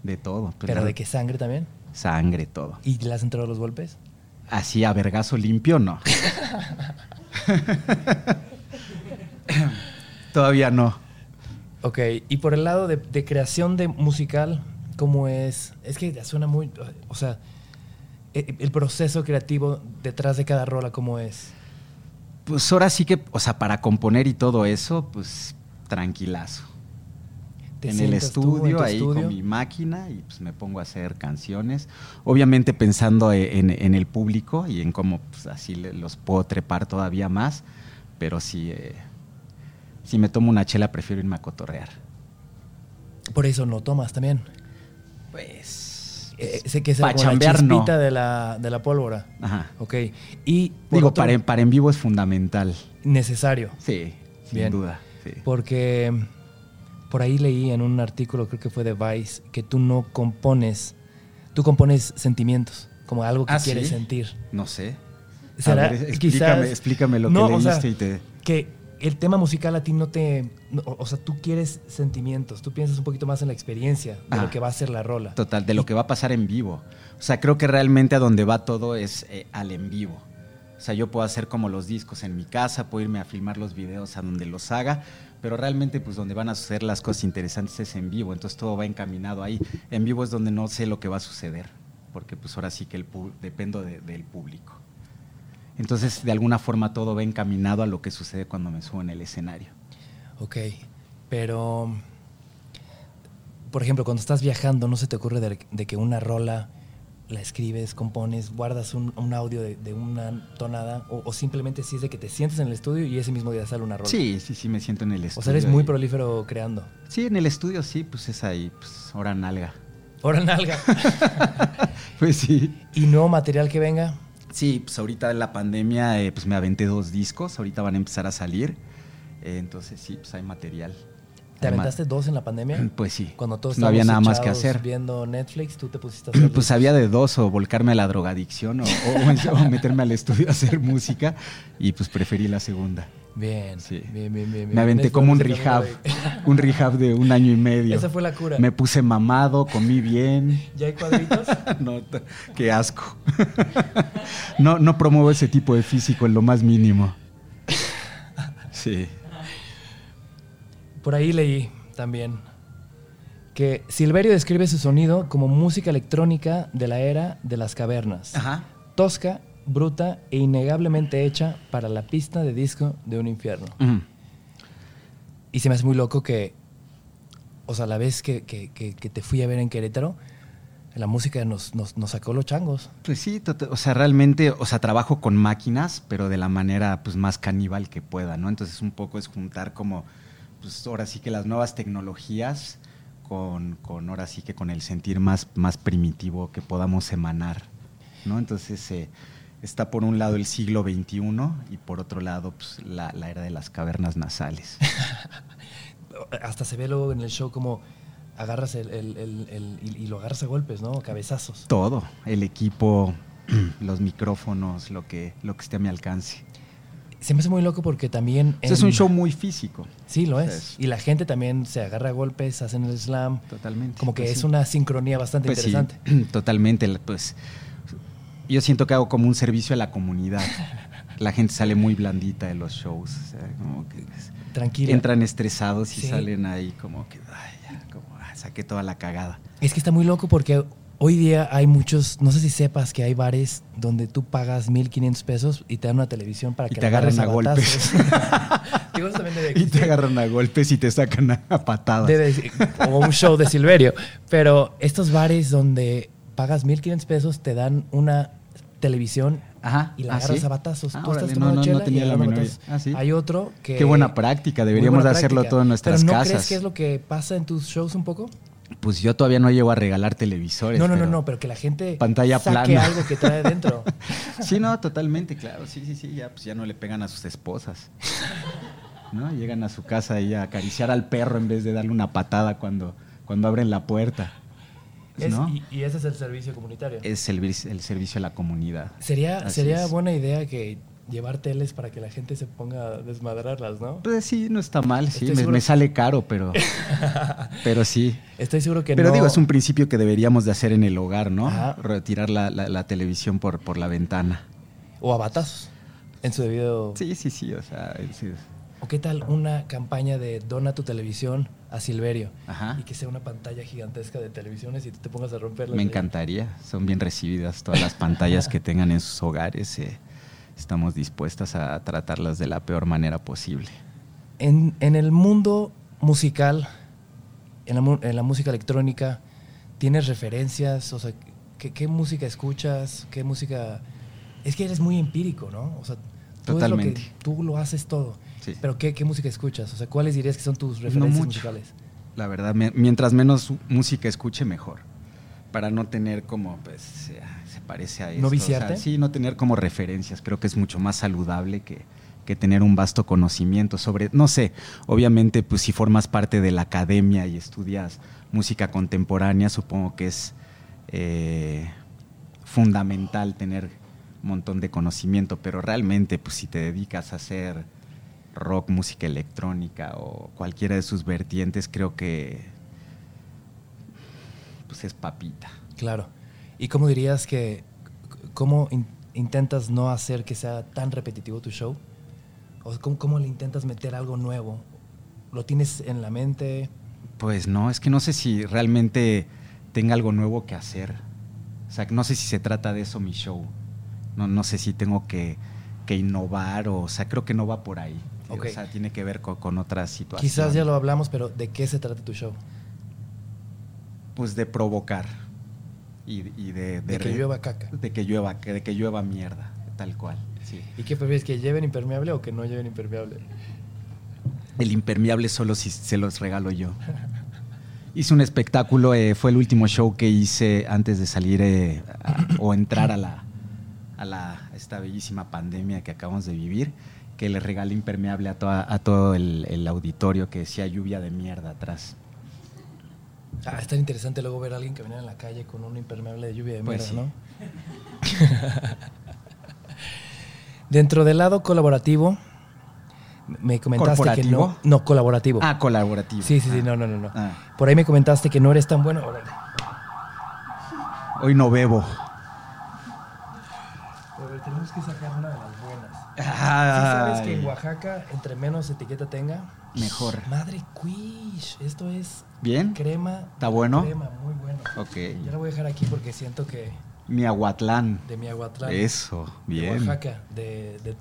B: de todo. pues,
A: Pero
B: la-
A: de que sangre también.
B: Sangre, todo.
A: ¿Y le has entrado los golpes?
B: Así a vergazo
A: [LAUGHS]
B: limpio, no. Todavía no.
A: Ok, y por el lado de, de creación de musical, ¿cómo es? Es que ya suena muy... O sea, e- el proceso creativo detrás de cada rola, ¿cómo es?
B: Pues ahora sí que, o sea, para componer y todo eso, pues tranquilazo.
A: ¿Te
B: En el
A: sientas tú
B: estudio,
A: tu
B: ahí
A: estudio?
B: con mi máquina, y pues me pongo a hacer canciones. Obviamente pensando eh, en, en el público y en cómo pues, así le- los puedo trepar todavía más, pero si, eh, si me tomo una chela prefiero irme a cotorrear.
A: Por eso no tomas también.
B: Pues...
A: Eh, sé que es
B: Pa'
A: como la
B: chambear, no.
A: chispita de, la, de la pólvora.
B: Ajá.
A: Ok, y por
B: Digo,
A: otro-
B: para, en- para en vivo es fundamental.
A: necesario.
B: Sí, sin
A: Bien.
B: duda. sí.
A: Porque por ahí leí en un artículo, creo que fue de Vice, que tú no compones, tú compones sentimientos, como algo que
B: ¿Ah,
A: quieres
B: sí?
A: sentir.
B: No sé. A
A: ¿Será
B: ver, explícame,
A: quizás-
B: explícame lo
A: No,
B: que
A: o sea,
B: leíste y te...
A: que el tema musical a ti no te... no, o o sea, tú quieres sentimientos, tú piensas un poquito más en la experiencia de
B: Ah.
A: lo que va a ser la rola.
B: Total, de lo que va a pasar en vivo. O sea, creo que realmente a donde va todo es eh, al en vivo. O sea, yo puedo hacer como los discos en mi casa, puedo irme a filmar los videos a donde los haga, pero realmente pues donde van a suceder las cosas interesantes es en vivo, entonces todo va encaminado ahí. En vivo es donde no sé lo que va a suceder, porque pues ahora sí que el pu- dependo de- del público. Entonces, de alguna forma todo va encaminado a lo que sucede cuando me subo en el escenario.
A: Ok, pero... Por ejemplo, cuando estás viajando, ¿no se te ocurre de, de que una rola la escribes, compones, guardas un, un audio de, de una tonada? O, o simplemente si es de que te sientes en el estudio y ese mismo día sale una rola.
B: Sí, sí, sí, me siento en el estudio.
A: O sea, eres muy
B: y-
A: prolífero creando.
B: Sí, en el estudio sí, pues es ahí, pues ahora nalga.
A: Ahora nalga.
B: [LAUGHS] Pues sí.
A: [LAUGHS] y nuevo material que venga.
B: Sí, pues ahorita en la pandemia eh, pues me aventé dos discos, ahorita van a empezar a salir. Eh, entonces sí, pues hay material.
A: ¿Te
B: Hay ma-
A: aventaste dos en la
B: [CLEARS THROAT]
A: pandemia?
B: Pues sí.
A: Cuando todos
B: no había nada
A: estábamos
B: más que
A: echados
B: hacer.
A: viendo Netflix, tú te
B: [CLEARS THROAT]
A: pusiste a hacer
B: Pues había de dos, o volcarme a la drogadicción, o, o- [LAUGHS] o meterme al estudio a hacer música, y pues preferí la segunda.
A: Bien,
B: Sí.
A: bien, bien, bien.
B: Me aventé como un rehab,
A: rijab.
B: un rehab de un año y
A: [LAUGHS]
B: medio.
A: Esa fue la cura.
B: Me puse mamado, comí bien.
A: ¿Ya hay cuadritos? [LAUGHS]
B: [LAUGHS] No, t- qué asco. [LAUGHS] No, no promuevo ese tipo de físico en lo más mínimo. Sí.
A: Por ahí leí también que Silverio describe su sonido como música electrónica de la era de las cavernas.
B: Ajá.
A: Tosca, bruta e innegablemente hecha para la pista de disco de un infierno. Y se me hace muy loco que, o sea, la vez que, que- que- que te fui a ver en Querétaro, la música nos, nos- nos sacó los changos.
B: Pues sí, tota- o sea, realmente, o sea, trabajo con máquinas, pero de la manera pues más caníbal que pueda, ¿no? Entonces un poco es juntar como, pues ahora sí que las nuevas tecnologías con, con ahora sí que con el sentir más, más primitivo que podamos emanar, ¿no? Entonces eh, está por un lado el siglo XXI y por otro lado pues, la, la era de las
A: [LAUGHS]
B: cavernas nasales.
A: Hasta se ve luego en el show como agarras el, el- el- el- y, y lo agarras a golpes, ¿no? Cabezazos.
B: Todo, el equipo, [CLEARS THROAT] los micrófonos, lo que, lo que esté a mi alcance.
A: Se me hace muy loco porque también...
B: O sea, es
A: en-
B: un show muy físico.
A: Sí, lo
B: O
A: es.
B: sea, es-
A: Y la gente también se agarra a golpes, hacen el slam.
B: Totalmente.
A: Como que
B: Pues
A: es
B: sí.
A: una sincronía bastante
B: Pues sí,
A: interesante.
B: [CLEARS THROAT] totalmente. la- Pues yo siento que hago como un servicio a la comunidad. La gente sale muy blandita de los shows. o sea, como que es-
A: Tranquila.
B: entran estresados y
A: Sí.
B: salen ahí como que, ay, ya, como, ah, saqué toda la cagada.
A: Es que está muy loco porque hoy día hay muchos, no sé si sepas que hay bares donde tú pagas 1.500 pesos y te dan una televisión para
B: Y
A: que
B: te
A: la
B: agarran
A: agarres
B: a
A: batazos.
B: [LAUGHS]
A: Digo, eso también debe
B: Y te
A: existir.
B: agarran a golpes y te sacan a, a patadas.
A: Debe de- o un show de Silverio. Pero estos bares donde pagas 1.500 pesos te dan una televisión
B: Ajá.
A: y la
B: ¿ah,
A: agarras
B: sí?
A: a batazos.
B: Ah,
A: tú estás
B: órale,
A: tomando
B: no, no,
A: chela
B: no tenía
A: y
B: la
A: agarrando
B: menor idea.
A: batazos.
B: Ah, sí.
A: Hay otro que...
B: Qué buena práctica. Deberíamos
A: Muy buena
B: de hacerlo
A: práctica.
B: todo en nuestras
A: ¿Pero no
B: casas.
A: crees que es lo que pasa en tus shows un poco?
B: Pues yo todavía no llego a regalar televisores.
A: No, no,
B: pero-
A: no, no, pero que la gente
B: Pantalla
A: saque
B: plana.
A: algo que trae dentro.
B: [LAUGHS] Sí, no, totalmente, claro. Sí, sí, sí, ya, pues ya no le pegan a sus esposas. ¿No? Llegan a su casa y a acariciar al perro en vez de darle una patada cuando, cuando abren la puerta.
A: Es-
B: ¿no?
A: y, y ese es el servicio comunitario.
B: Es el, vir- el servicio a la comunidad.
A: sería
B: así
A: sería
B: es.
A: buena idea que llevar teles para que la gente se ponga a desmadrarlas, ¿no?
B: Pues sí, no está mal, sí,
A: Estoy
B: me,
A: seguro
B: me
A: que-
B: sale caro, pero,
A: [LAUGHS]
B: pero sí.
A: Estoy seguro que
B: Pero
A: no.
B: digo, es un principio que deberíamos de hacer en el hogar, ¿no?
A: Ajá.
B: Retirar la, la- la televisión por, por la ventana.
A: O a batazos. En su debido.
B: Sí, sí, sí, o sea, es- es-
A: ¿O qué tal una campaña de dona tu televisión a Silverio?
B: ajá.
A: Y que sea una pantalla gigantesca de televisiones y tú te pongas a romperla.
B: Me encantaría, son bien recibidas todas las pantallas que tengan en sus hogares. eh, estamos dispuestas a tratarlas de la peor manera posible.
A: En, en el mundo musical, en la, mu- en la música electrónica, ¿tienes referencias? O sea, ¿qué, qué música escuchas? ¿Qué música...? Es que eres muy empírico, ¿no? O sea, tú, es lo que-
B: Totalmente.
A: tú lo haces todo.
B: Sí.
A: Pero ¿qué, qué música escuchas? O sea, ¿cuáles dirías que son tus
B: No
A: referencias
B: mucho.
A: musicales?
B: La verdad, mi- mientras menos música escuche, mejor. Para no tener como, pues, eh, se parece a esto. o sea,
A: viciarte?
B: sí, no tener como referencias. Creo que es mucho más saludable que, que tener un vasto conocimiento sobre, no sé, obviamente, pues si formas parte de la academia y estudias música contemporánea, supongo que es eh, fundamental tener un montón de conocimiento, pero realmente, pues si te dedicas a hacer rock, música electrónica o cualquiera de sus vertientes, creo que pues es papita.
A: Claro. ¿Y cómo dirías que... c- cómo in- intentas no hacer que sea tan repetitivo tu show? O sea, ¿cómo, ¿Cómo le intentas meter algo nuevo? ¿Lo tienes en la mente?
B: Pues no, es que no sé si realmente tenga algo nuevo que hacer. O sea, no sé si se trata de eso mi show. No, no sé si tengo que, que innovar o, o sea, creo que no va por ahí.
A: Ok.
B: O sea, tiene que ver co- con, otras situaciones.
A: Quizás ya lo hablamos, pero ¿de qué se trata tu show?
B: Pues de provocar y, y de...
A: De, que
B: re-
A: llueva caca.
B: De que llueva, que- de que llueva mierda, tal cual. Sí.
A: ¿Y qué prefieres, que lleven impermeable o que no lleven impermeable?
B: El impermeable solo si se los regalo yo. Hice un espectáculo, eh, fue el último show que hice antes de salir eh, a- o entrar a la, a la- a esta bellísima pandemia que acabamos de vivir, que le regalé impermeable a, toda- a todo el, el auditorio que decía lluvia de mierda atrás.
A: Ah, es tan interesante luego ver a alguien caminar en la calle con un impermeable de lluvia de
B: Pues
A: mierda, ¿no? [LAUGHS] Dentro del lado colaborativo, me comentaste que no.
B: ¿Corporativo?
A: No, colaborativo.
B: Ah, colaborativo.
A: sí, sí, sí,
B: Ah,
A: no, no, no. no.
B: ah.
A: Por ahí me comentaste que no eres tan bueno. Órale.
B: Ah, Hoy no bebo.
A: A ver, tenemos que sacar una de las buenas. Sí sabes que en
B: Ay,
A: Oaxaca, entre menos etiqueta tenga,
B: Mejor.
A: Madre quish, esto es
B: ¿Bien?
A: crema.
B: ¿Está bueno?
A: Crema, muy bueno.
B: Ok.
A: Ya la voy a dejar aquí porque siento que
B: Mi aguatlán.
A: de mi aguatlán,
B: Eso,
A: de
B: bien.
A: Oaxaca, de, de-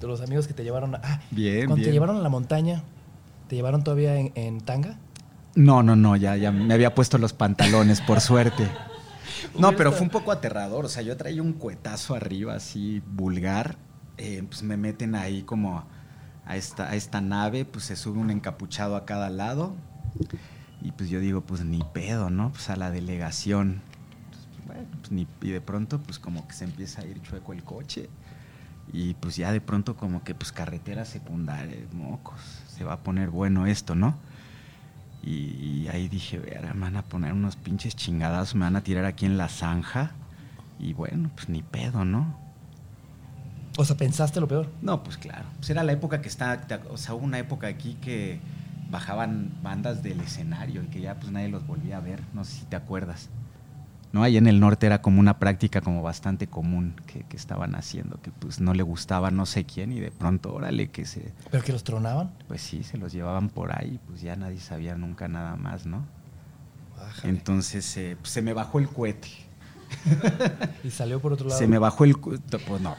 A: de los amigos que te llevaron a. Ah,
B: Bien,
A: cuando te
B: bien.
A: llevaron a la montaña, ¿te llevaron todavía en, en tanga?
B: No, no, no, ya, ya me había puesto los pantalones, por suerte. No, pero fue un poco aterrador. O sea, yo traía un cuetazo arriba, así vulgar. Eh, pues me meten ahí como a esta, a esta nave, pues se sube un encapuchado a cada lado. Y pues yo digo, pues ni pedo, ¿no? Pues a la delegación. Pues, bueno, pues, ni- y de pronto, pues como que se empieza a ir chueco el coche. Y pues ya de pronto, como que pues carretera secundaria, mocos. Se va a poner bueno esto, ¿no? Y, y ahí dije, verga, me van a poner unos pinches chingadazos, me van a tirar aquí en la zanja. Y bueno, pues ni pedo, ¿no?
A: O sea, pensaste lo peor.
B: No, pues claro. Pues era la época que estaba, te ac- o sea, hubo una época aquí que bajaban bandas del escenario y que ya pues nadie los volvía a ver, no sé si te acuerdas. No, ahí en el norte era como una práctica como bastante común que, que estaban haciendo, que pues no le gustaba no sé quién y de pronto, órale, que se,
A: Pero que los tronaban.
B: pues sí, se los llevaban por ahí, pues ya nadie sabía nunca nada más, ¿no?
A: Bájale.
B: Entonces eh, pues, se me bajó el cohete.
A: Y salió por otro lado.
B: Se me bajó el cu- t- Pues no.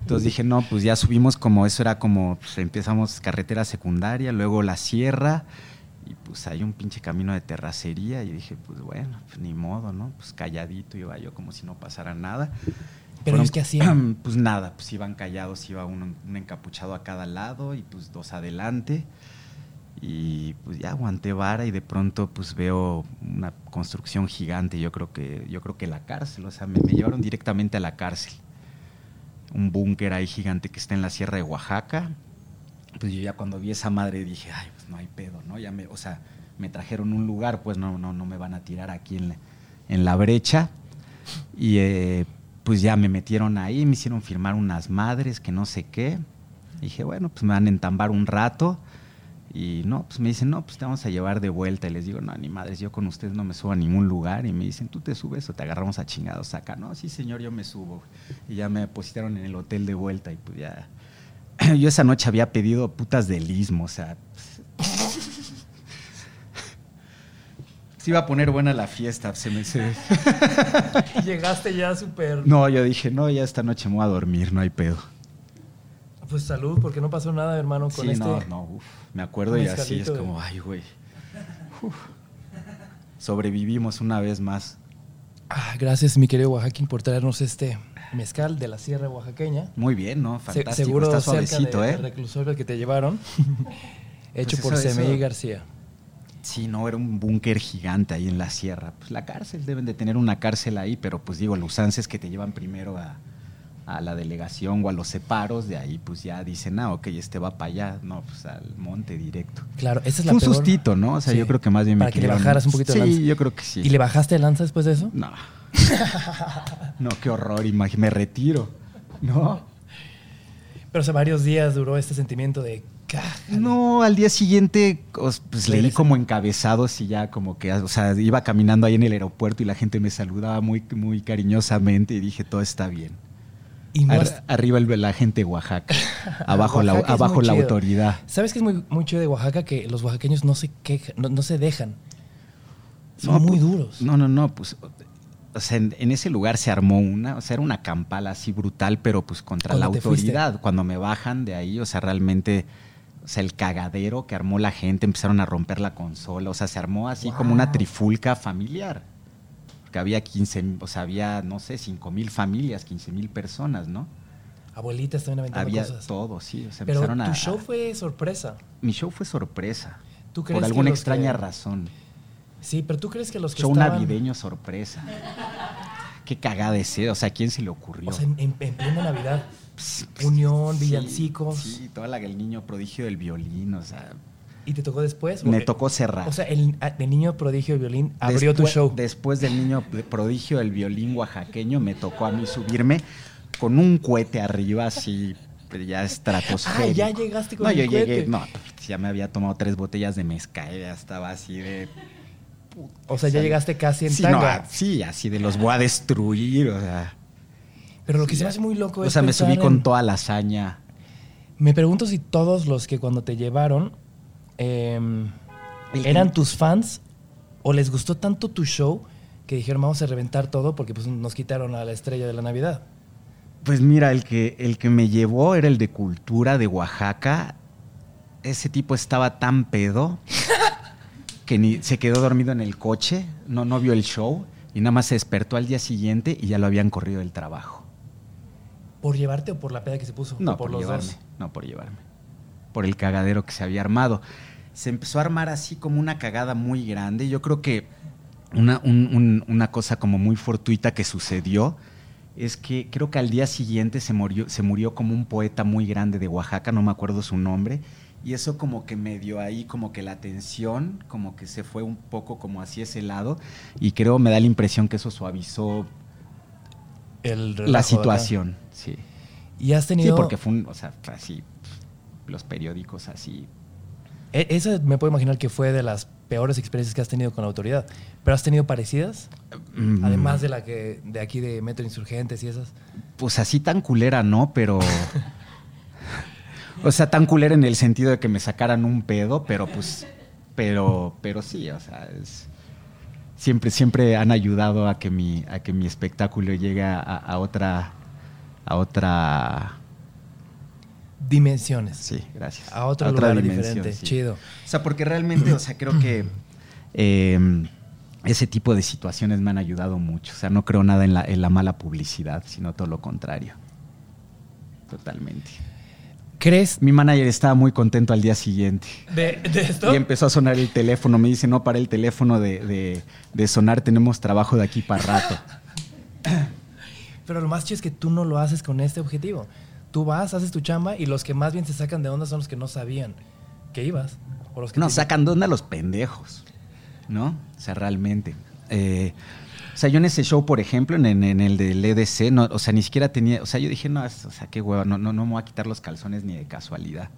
B: Entonces dije, no, pues ya subimos como eso era como, pues, empezamos carretera secundaria, luego la sierra, y pues hay un pinche camino de terracería, y dije, pues bueno, pues ni modo, ¿no? Pues calladito iba yo como si no pasara nada.
A: Pero
B: Fueron-
A: es que [CLEARS THROAT] hacían.
B: [CLEARS THROAT] Pues nada, pues iban callados, iba uno- un encapuchado a cada lado y pues dos adelante. Y pues ya aguanté vara y de pronto pues veo una construcción gigante, yo creo que, yo creo que la cárcel, o sea, me, me llevaron directamente a la cárcel. Un búnker ahí gigante que está en la sierra de Oaxaca. Pues yo ya cuando vi esa madre dije, ay, pues no hay pedo, ¿no? Ya me, o sea, me trajeron un lugar, pues no, no, no me van a tirar aquí en la, en la brecha. Y eh, pues ya me metieron ahí, me hicieron firmar unas madres que no sé qué. Dije, bueno, pues me van a entambar un rato. Y no, pues me dicen, no, pues te vamos a llevar de vuelta. Y les digo, no, ni madres, yo con ustedes no me subo a ningún lugar. Y me dicen, tú te subes o te agarramos a chingados acá. No, sí, señor, yo me subo. Y ya me depositaron en el hotel de vuelta. Y pues ya. [CLEARS THROAT] Yo esa noche había pedido putas del istmo, o sea. [LAUGHS] Se iba a poner buena la fiesta, se me. se-
A: [LAUGHS] Y llegaste ya súper.
B: No, yo dije, no, ya esta noche me voy a dormir, no hay pedo.
A: Pues salud, porque no pasó nada, hermano, con
B: Sí,
A: este.
B: no, no, uf, me acuerdo y así es
A: mezcalito de-
B: como, ay, güey. Uf. Sobrevivimos una vez más.
A: Ah, gracias, mi querido Oaxaquín, por traernos este mezcal de la Sierra Oaxaqueña.
B: Muy bien, ¿no?
A: Se-
B: Fantástico,
A: seguro
B: está
A: cerca
B: suavecito,
A: de-
B: ¿eh?
A: del reclusorio que te
B: [LAUGHS]
A: llevaron. Hecho
B: Pues
A: por
B: eso- eso-
A: Semey García.
B: Sí, no, era un búnker gigante ahí en la sierra. Pues la cárcel, deben de tener una cárcel ahí, pero pues digo, los usances que te llevan primero a, a la delegación o a los separos, de ahí pues ya dicen, ah, ok, este va para allá, no, pues al monte directo.
A: Claro, esa es
B: Fue
A: la
B: un
A: peor.
B: sustito, ¿no? O sea,
A: Sí.
B: yo creo que más bien me
A: Para que le
B: quedaron-
A: bajaras un poquito de
B: Sí,
A: lanza.
B: yo creo que sí.
A: ¿Y le bajaste de lanza después de eso?
B: No. [LAUGHS] no, qué horror, imagi- me retiro. No.
A: Pero hace varios días duró este sentimiento de... "Cájale".
B: No, al día siguiente os- pues, leí
A: Regresa.
B: como encabezados y ya como que, o sea, iba caminando ahí en el aeropuerto y la gente me saludaba muy, muy cariñosamente y dije, todo está bien.
A: Y no
B: Ar-
A: has-
B: arriba el- la gente
A: [LAUGHS]
B: de Oaxaca, abajo la,
A: Oaxaca es
B: abajo
A: muy
B: la
A: chido.
B: autoridad.
A: ¿Sabes qué es muy, muy chido de Oaxaca? Que los oaxaqueños no se quejan, no, no se dejan. Son
B: No,
A: muy
B: pues,
A: duros.
B: No, no, no, pues... O sea, en, en ese lugar se armó una, o sea, era una campal así brutal, pero pues contra la
A: Cuando te fuiste.
B: autoridad. Cuando me bajan de ahí, o sea, realmente, o sea, el cagadero que armó la gente, empezaron a romper la consola, o sea, se armó así como una
A: Wow.
B: trifulca familiar. Porque había 15, o sea, había, no sé, 5 mil familias, 15 mil personas, ¿no?
A: Abuelitas también aventando
B: Había
A: cosas.
B: todo, sí, o sea,
A: Pero
B: empezaron a...
A: tu show fue sorpresa.
B: Mi show fue sorpresa,
A: ¿Tú crees
B: por
A: que
B: alguna
A: los
B: extraña
A: que-
B: razón.
A: Sí, pero tú crees que los que
B: Show
A: estaban...
B: navideño sorpresa. Qué cagada es, ¿eh? o sea, ¿a quién se le ocurrió?
A: O sea, en, en- en plena Navidad.
B: Pss, pss,
A: Unión,
B: sí,
A: villancicos.
B: Sí, toda la, el niño prodigio del violín, o sea,
A: ¿Y te tocó después?
B: me
A: O-
B: tocó cerrar.
A: O sea, el, el niño prodigio de violín abrió tu
B: Después-
A: show.
B: Después del niño p- prodigio del violín oaxaqueño, me tocó a mí subirme con un cohete arriba así, pero ya estratosférico.
A: Ah, ya llegaste con
B: No,
A: el
B: yo
A: cohete.
B: llegué, no, ya me había tomado tres botellas de mezcal, ya estaba así de...
A: O sea, ya llegaste casi en
B: sí, no,
A: tanga.
B: ah, sí, así de los voy a destruir, o sea...
A: pero lo que
B: Sí,
A: se me
B: ya.
A: hace muy loco es
B: O sea, me
A: pensar
B: subí con
A: en-
B: toda la hazaña.
A: Me pregunto si todos los que cuando te llevaron em, eran tus fans o les gustó tanto tu show que dijeron vamos a reventar todo porque pues, nos quitaron a la estrella de la Navidad.
B: Pues mira, el que, el que me llevó era el de cultura de Oaxaca. Ese tipo estaba tan pedo que ni se quedó dormido en el coche, no, no vio el show y nada más se despertó al día siguiente y ya lo habían corrido del trabajo.
A: ¿Por llevarte o por la peda que se puso?
B: No
A: ¿O
B: por,
A: por los
B: llevarme,
A: dos.
B: no por llevarme. Por el cagadero que se había armado. Se empezó a armar así como una cagada muy grande. Yo creo que una, un- un- una cosa como muy fortuita que sucedió es que creo que al día siguiente se murió, se murió como un poeta muy grande de Oaxaca, no me acuerdo su nombre. Y eso como que me dio ahí como que la tensión, como que se fue un poco como hacia ese lado. Y creo, me da la impresión que eso suavizó
A: El relajo de
B: la
A: acá.
B: situación. Sí.
A: Y has
B: Sí,
A: tenido...
B: porque fue un, o sea, fue así, pues, los periódicos así.
A: e- Esa me puedo imaginar que fue de las peores experiencias que has tenido con la autoridad. ¿Pero has tenido parecidas?
B: Mm.
A: Además de la que de aquí de Metro Insurgentes y esas.
B: Pues así tan culera, ¿no? [LAUGHS] Pero... o sea, tan culera en el sentido de que me sacaran un pedo, pero pues... Pero, pero sí, o sea, es- siempre, siempre han ayudado a que mi, a que mi espectáculo llegue a, a otra... A otra...
A: Dimensiones.
B: Sí, gracias.
A: A otro
B: otra
A: lugar
B: dimensión,
A: diferente.
B: sí.
A: Chido.
B: O sea, porque realmente, o sea, creo que eh, ese tipo de situaciones me han ayudado mucho. O sea, no creo nada en la, en la mala publicidad, sino todo lo contrario. Totalmente.
A: ¿Crees
B: Mi manager estaba muy contento al día siguiente.
A: de, de esto?
B: Y empezó a sonar el teléfono. Me dice, no, para el teléfono de, de- de sonar, tenemos trabajo de aquí para rato.
A: Pero lo más chido es que tú no lo haces con este objetivo. Tú vas, haces tu chamba y los que más bien se sacan de onda son los que no sabían que ibas. O los que
B: No,
A: te-
B: sacan de onda los pendejos. ¿no? O sea, realmente. Eh, o sea, yo en ese show, por ejemplo, en, en el del EDC, no, o sea, ni siquiera tenía, o sea, yo dije, no, es- o sea, qué hueva, no, no, no me voy a quitar los calzones ni de casualidad.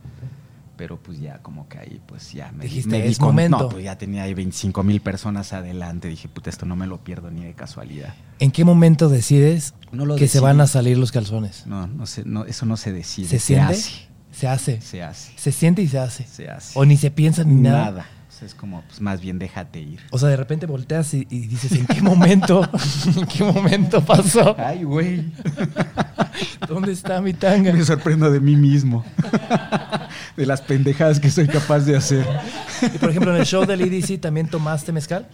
B: Pero pues ya, como que ahí, pues ya me, di-
A: Dijiste,
B: me di
A: "Es momento".
B: No, pues ya tenía ahí 25 mil personas adelante. Dije, puta, esto no me lo pierdo ni de casualidad.
A: ¿En qué momento decides
B: No lo
A: que se
B: decidí.
A: van a salir los calzones?
B: No, no sé, no, eso no se decide.
A: ¿Se siente?
B: hace.
A: Se hace.
B: Se hace.
A: Se siente y se hace.
B: Se hace.
A: O ni se piensa ni nada.
B: nada. O sea, es como, pues más bien déjate ir.
A: O sea, de repente volteas y, y dices, ¿en qué momento?
B: [LAUGHS]
A: ¿En qué momento pasó?
B: Ay, güey.
A: ¿Dónde está mi tanga?
B: Me sorprendo de mí mismo. De las pendejadas que soy capaz de hacer.
A: Y por ejemplo, en el show del EDC también tomaste mezcal.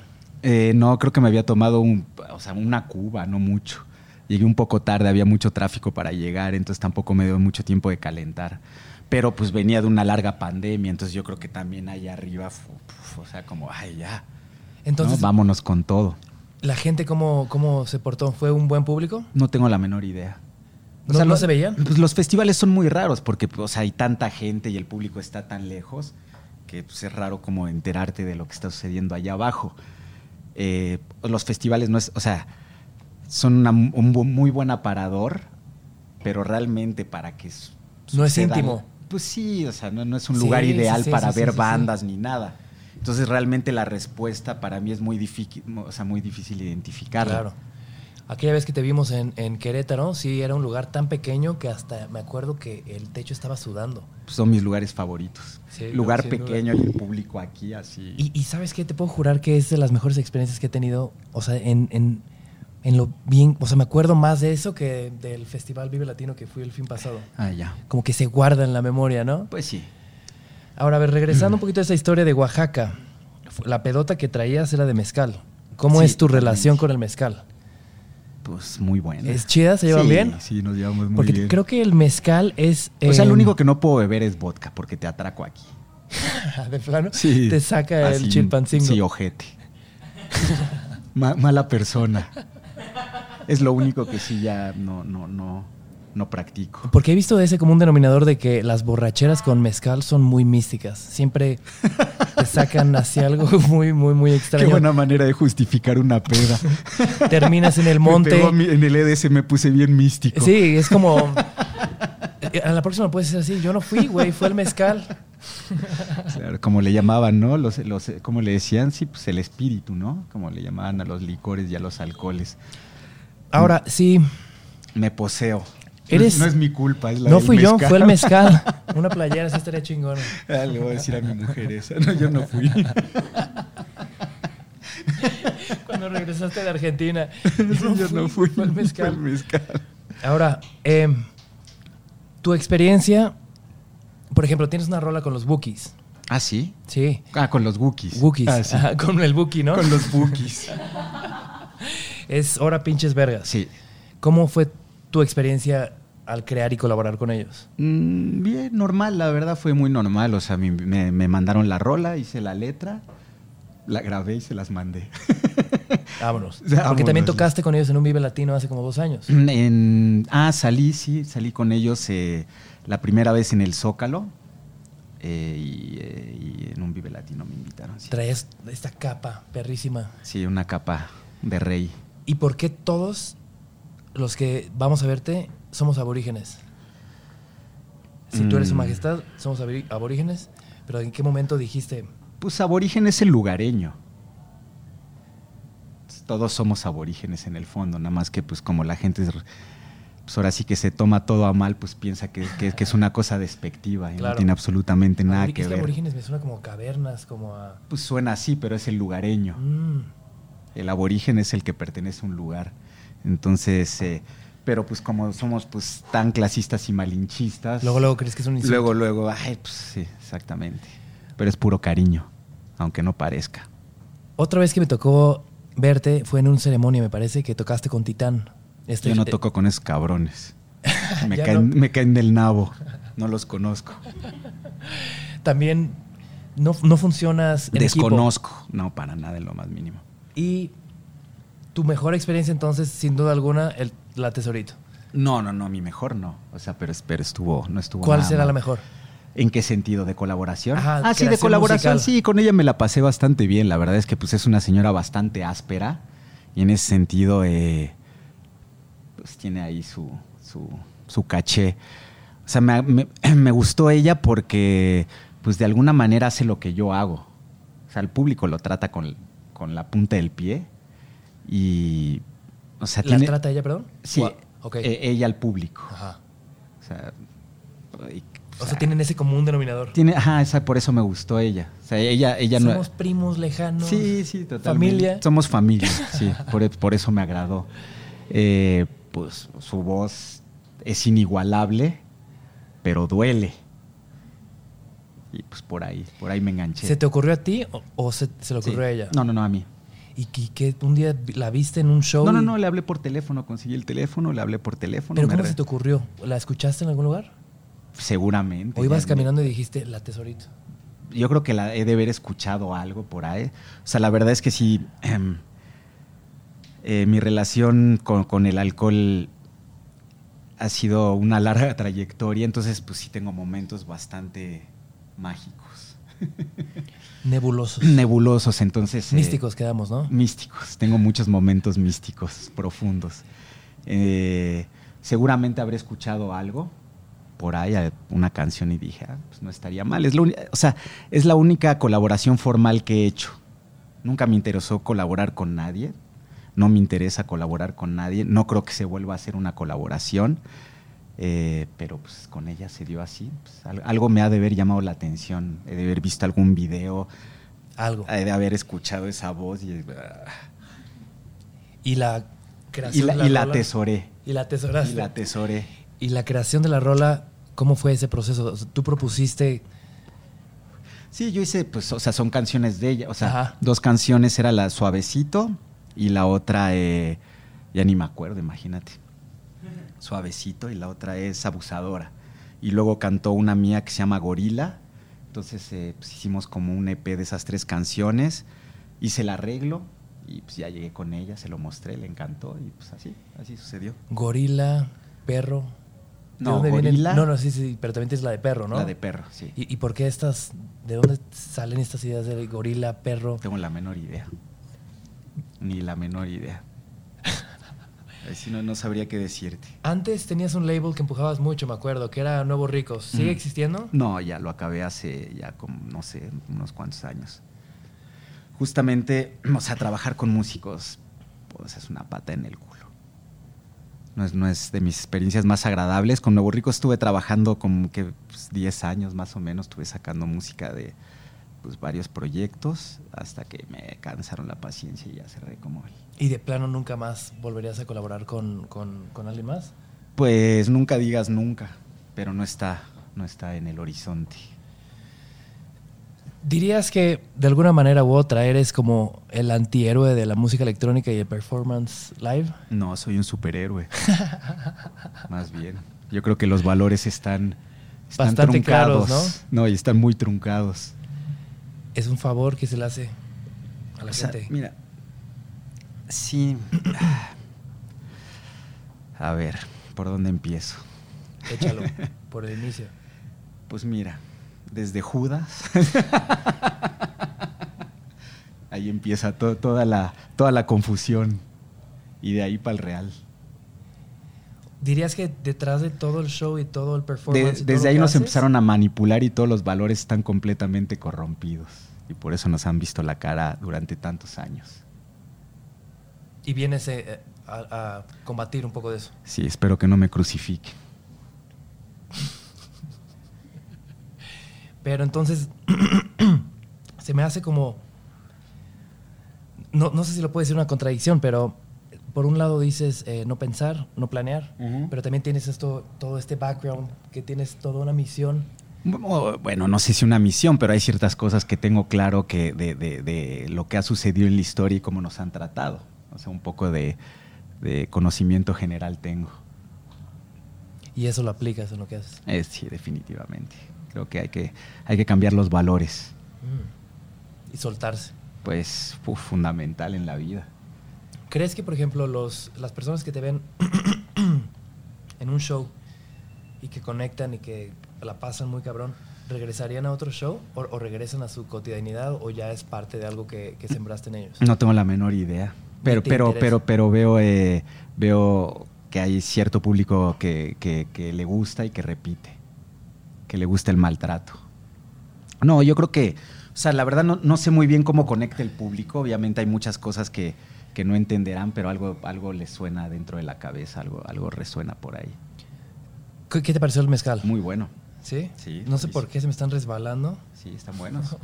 B: Eh, no, creo que me había tomado un, o sea, una cuba, no mucho. Llegué un poco tarde, había mucho tráfico para llegar, entonces tampoco me dio mucho tiempo de calentar. Pero pues venía de una larga pandemia, entonces yo creo que también allá arriba, fu- fu- o sea, como, ay, ya.
A: Entonces,
B: ¿no? Vámonos con todo.
A: ¿la gente cómo, cómo se portó? ¿Fue un buen público?
B: No tengo la menor idea.
A: ¿No, no
B: lo-
A: se veían?
B: Pues los festivales son muy raros porque o sea, hay tanta gente y el público está tan lejos que pues, es raro como enterarte de lo que está sucediendo allá abajo. Eh, los festivales no es, o sea, son una- un bu- muy buen aparador, pero realmente para que su-
A: No es
B: suceda-
A: íntimo.
B: Pues sí, o sea, no, no es un
A: Sí,
B: lugar
A: sí,
B: ideal
A: sí,
B: para
A: sí,
B: ver
A: sí, sí.
B: bandas ni nada. Entonces realmente la respuesta para mí es muy difícil, o sea, muy difícil identificarla.
A: Claro. Aquella vez que te vimos en, en Querétaro, sí, era un lugar tan pequeño que hasta me acuerdo que el techo estaba sudando.
B: son mis lugares favoritos.
A: Sí,
B: Lugar
A: sin duda.
B: pequeño y el público aquí así.
A: Y, y ¿sabes qué? Te puedo jurar que es de las mejores experiencias que he tenido. O sea, en, en- en lo bien. O sea, me acuerdo más de eso que del Festival Vive Latino que fui el fin pasado.
B: Ah, ya.
A: Como que se guarda en la memoria, ¿no?
B: Pues sí.
A: Ahora, a ver, regresando un poquito a esa historia de Oaxaca. Fu- La pedota que traías era de mezcal. ¿Cómo
B: Sí,
A: es tu
B: totalmente.
A: relación con el mezcal?
B: Pues muy bueno.
A: ¿Es chida? ¿Se llevan
B: Sí,
A: bien?
B: Sí, nos llevamos muy
A: Porque
B: bien.
A: creo que el mezcal es.
B: o sea,
A: em,
B: lo único que no puedo beber es vodka porque te atraco aquí.
A: [LAUGHS] de plano te saca
B: Así,
A: el chilpancingo.
B: Ah, Sí, ojete. Ma- mala persona. Es lo único que sí ya no, no, no, no practico.
A: Porque he visto ese común denominador de que las borracheras con mezcal son muy místicas.
B: [LAUGHS]
A: Siempre te sacan hacia algo [LAUGHS] muy, muy, muy
B: Qué
A: extraño.
B: buena manera de justificar una peda.
A: Terminas
B: [LAUGHS]
A: en el
B: Me
A: monte.
B: pegó a mí- en el EDS me puse bien místico.
A: Sí, es como. eh, A la próxima puedes ser así. Yo no fui, güey, fue el mezcal.
B: Claro, como le llamaban, ¿no? Los, los, eh, como le decían, sí, pues el espíritu, ¿no? Como le llamaban a los licores y a los alcoholes.
A: Ahora, sí,
B: Me poseo.
A: Eres-
B: No es mi culpa, es la
A: no
B: del
A: fui yo,
B: mezcal.
A: fue el mezcal. Una playera, sí estaría chingona.
B: [LAUGHS] Ah, le voy a decir a mi mujer esa. No, yo no
A: [LAUGHS]
B: fui.
A: Cuando regresaste de
B: [LAUGHS]
A: Argentina.
B: yo no fui.
A: Fue el mezcal.
B: Fue el mezcal.
A: Ahora, em, tu experiencia, por ejemplo, tienes una rola con los Bookies.
B: ¿Ah, sí?
A: Sí.
B: Ah, con los Wookiees.
A: Bookies.
B: Ah,
A: [LAUGHS]
B: sí.
A: Ajá, con el Bookie, ¿no?
B: Con
A: [LAUGHS]
B: los Wookiees.
A: Es hora pinches vergas.
B: Sí.
A: ¿Cómo fue tu experiencia al crear y colaborar con ellos?
B: Mm, bien, normal, la verdad fue muy normal. O sea, mi- me, me mandaron la rola, hice la letra, la grabé y se las mandé.
A: Vámonos.
B: Ya,
A: Porque también
B: vámonos.
A: tocaste con ellos en un Vive Latino hace como dos años.
B: Mm, En- ah, salí, sí, salí con ellos eh, la primera vez en el Zócalo eh, y, eh, y en un Vive Latino me invitaron. Sí,
A: Traes esta capa perrísima.
B: Sí, una capa de rey.
A: ¿Y por qué todos los que vamos a verte somos aborígenes? Si tú eres su
B: Mm.
A: majestad, somos abori- aborígenes. Pero ¿en qué momento dijiste?
B: Pues aborigen es el lugareño. Pues Todos somos aborígenes en el fondo, nada más que pues como la gente es r- pues ahora sí que se toma todo a mal, pues piensa que, que- que es una cosa despectiva y
A: Claro.
B: no tiene absolutamente nada
A: "Abori-
B: que
A: es
B: ver.
A: aborígenes me suena como cavernas, como a...
B: Pues suena así, pero es el lugareño.
A: Mm,
B: El aborigen es el que pertenece a un lugar. Entonces, eh, pero pues como somos pues tan clasistas y malinchistas,
A: Luego, luego crees que es un insulto.
B: luego, luego, ay, pues sí, exactamente. Pero es puro cariño, aunque no parezca.
A: Otra vez que me tocó verte fue en una ceremonia, me parece, que tocaste con Titán. Este-
B: Yo no
A: eh,
B: toco con esos
A: [LAUGHS]
B: cabrones. Me,
A: Ya
B: caen,
A: no.
B: me caen del nabo. No los conozco.
A: también no, no funcionas en equipo.
B: Desconozco. No, para nada, en lo más mínimo.
A: Y tu mejor experiencia entonces, sin duda alguna, el, la tesorito.
B: No, no, no, mi mejor no. O sea, pero, es- pero estuvo, no estuvo
A: ¿Cuál
B: nada
A: será
B: mal.
A: la mejor?
B: ¿En qué sentido? ¿De colaboración?
A: Ajá,
B: ah, sí, de
A: creación
B: colaboración,
A: musical.
B: sí, con ella me la pasé bastante bien. La verdad es que pues es una señora bastante áspera y en ese sentido eh, pues tiene ahí su, su, su caché. O sea, me, me- [CLEARS THROAT] me gustó ella porque pues de alguna manera hace lo que yo hago. O sea, el público lo trata con, con la punta del pie y... O sea,
A: ¿La
B: tiene-
A: trata ella, perdón?
B: Sí,
A: Gua- Ok.
B: e- ella al público.
A: Ajá.
B: O sea, y-
A: O sea, tienen ese común denominador.
B: tiene, ajá, esa, por eso me gustó ella. O sea, ella, ella no.
A: Somos primos lejanos.
B: Sí, sí, totalmente.
A: Familia.
B: Somos familia, sí. Por, por eso me agradó. Eh, pues su voz es inigualable, pero duele. Y pues por ahí, por ahí me enganché.
A: ¿Se te ocurrió a ti o, o se, se le
B: Sí.
A: ocurrió a ella?
B: No, no, no, a mí.
A: Y que, que un día la viste en un show.
B: No, no,
A: y-
B: no, le hablé por teléfono, conseguí el teléfono, le hablé por teléfono.
A: ¿Pero
B: me
A: cómo
B: re-
A: se te ocurrió? ¿La escuchaste en algún lugar?
B: Seguramente.
A: ¿O ibas
B: ya-
A: caminando y dijiste la tesorito?
B: yo creo que la he de haber escuchado algo por ahí. O sea, la verdad es que sí, em, eh, mi relación con, con el alcohol ha sido una larga [LAUGHS] trayectoria, entonces pues sí tengo momentos bastante mágicos,
A: Nebulosos.
B: nebulosos, entonces... eh,
A: Pues, Místicos quedamos, ¿no?
B: místicos, tengo muchos momentos místicos, profundos. Eh, seguramente habré escuchado algo por ahí, eh, una canción y dije, "Ah, pues no estaría mal. Es la, uni- o sea, es la única colaboración formal que he hecho. Nunca me interesó colaborar con nadie, no me interesa colaborar con nadie, no creo que se vuelva a hacer una colaboración. eh, pero pues con ella se dio así. Pues, al- algo me ha de haber llamado la atención, he de haber visto algún video,
A: Algo.
B: he de haber escuchado esa voz y ah,
A: Y la
B: y
A: creación
B: la,
A: de la
B: y la
A: rola-
B: atesoré.
A: Y la
B: Y
A: atesoraste.
B: la atesoré.
A: ¿Y la creación de la rola, cómo fue ese proceso? O sea, Tú propusiste.
B: Sí, yo hice, pues, o sea, son canciones de ella. O sea,
A: Ajá.
B: dos canciones era la Suavecito y la otra, eh, ya ni me acuerdo, imagínate. Suavecito y la otra es Abusadora. Y luego cantó una mía que se llama Gorila. Entonces eh, pues, hicimos como un EP de esas tres canciones. Hice el arreglo y pues ya llegué con ella, se lo mostré, le encantó y pues así, así sucedió.
A: Gorila, perro. ¿De
B: No,
A: dónde vienen?
B: Gorila.
A: No, no, sí, sí, pero también tienes la de perro, ¿no?
B: La de perro, sí.
A: ¿Y, y por qué estas, de dónde salen estas ideas de gorila, perro?
B: No tengo la menor idea. Ni la menor idea. Ay, Si no, no sabría qué decirte.
A: Antes tenías un label que empujabas mucho, me acuerdo, que era Nuevos Ricos. ¿Sigue
B: Mm.
A: existiendo?
B: No, ya lo acabé hace ya como, no sé, unos cuantos años. Justamente, o sea, trabajar con músicos, pues es una pata en el culo. No es, no es de mis experiencias más agradables. Con Nuevo Rico estuve trabajando como que pues, 10 años más o menos, estuve sacando música de pues, varios proyectos hasta que me cansaron la paciencia y ya cerré como el,
A: ¿Y de plano nunca más volverías a colaborar con, con- con alguien más?
B: Pues nunca digas nunca, pero no está, no está en el horizonte.
A: ¿Dirías que de alguna manera u otra eres como el antihéroe de la música electrónica y el performance live?
B: No, soy
A: [LAUGHS]
B: un superhéroe. Más bien. Yo creo que los valores están, están
A: Bastante
B: truncados.
A: claros,
B: ¿no? y están muy truncados.
A: Es un favor que se le hace a la
B: O sea,
A: gente.
B: [LAUGHS] mira. Sí. A ver, ¿por dónde empiezo?
A: Échalo por el inicio.
B: Pues mira, desde Judas. [LAUGHS] ahí empieza to- toda, la, toda la confusión. Y de ahí para el real.
A: ¿Dirías que detrás de todo el show y todo el
B: De-
A: performance... y todo
B: desde
A: lo
B: ahí
A: que
B: nos
A: haces,
B: empezaron a manipular y todos los valores están completamente corrompidos. Y por eso nos han visto la cara durante tantos años.
A: Y vienes eh, a, a combatir un poco de eso.
B: Sí, espero que no me crucifiquen.
A: Pero entonces [CLEARS THROAT] se me hace como... No, no sé si lo puedo decir una contradicción, pero por un lado dices eh, no pensar, no planear,
B: Ujú.
A: pero también tienes esto, todo este background, que tienes toda una misión.
B: Bu- Bueno, no sé si una misión, pero hay ciertas cosas que tengo claro que de, de- de lo que ha sucedido en la historia y cómo nos han tratado. O sea, un poco de, de conocimiento general tengo.
A: Y eso lo aplicas en lo que haces.
B: Eh, sí, definitivamente. Creo que hay que, hay que cambiar los valores.
A: Mm. Y soltarse.
B: Pues fu- fundamental en la vida.
A: ¿Crees que, por ejemplo, los, las personas que te ven [CLEARS THROAT] en un show y que conectan y que la pasan muy cabrón, ¿Regresarían a otro show o, o regresan a su cotidianidad o ya es parte de algo que, que sembraste en ellos?
B: No tengo la menor idea. Pero,
A: te
B: pero,
A: interesa?
B: pero, pero veo, eh, veo que hay cierto público que, que- que le gusta y que repite, que le gusta el maltrato. No, yo creo que, o sea, la verdad no, no sé muy bien cómo conecta el público. Obviamente hay muchas cosas que, que no entenderán, pero algo, algo les suena dentro de la cabeza, algo, algo resuena por ahí.
A: ¿Qué, qué te pareció el mezcal?
B: Muy bueno.
A: ¿Sí?
B: Sí,
A: No sé
B: buenísimo.
A: por qué se me están resbalando.
B: Sí, están
A: [LAUGHS]
B: buenos.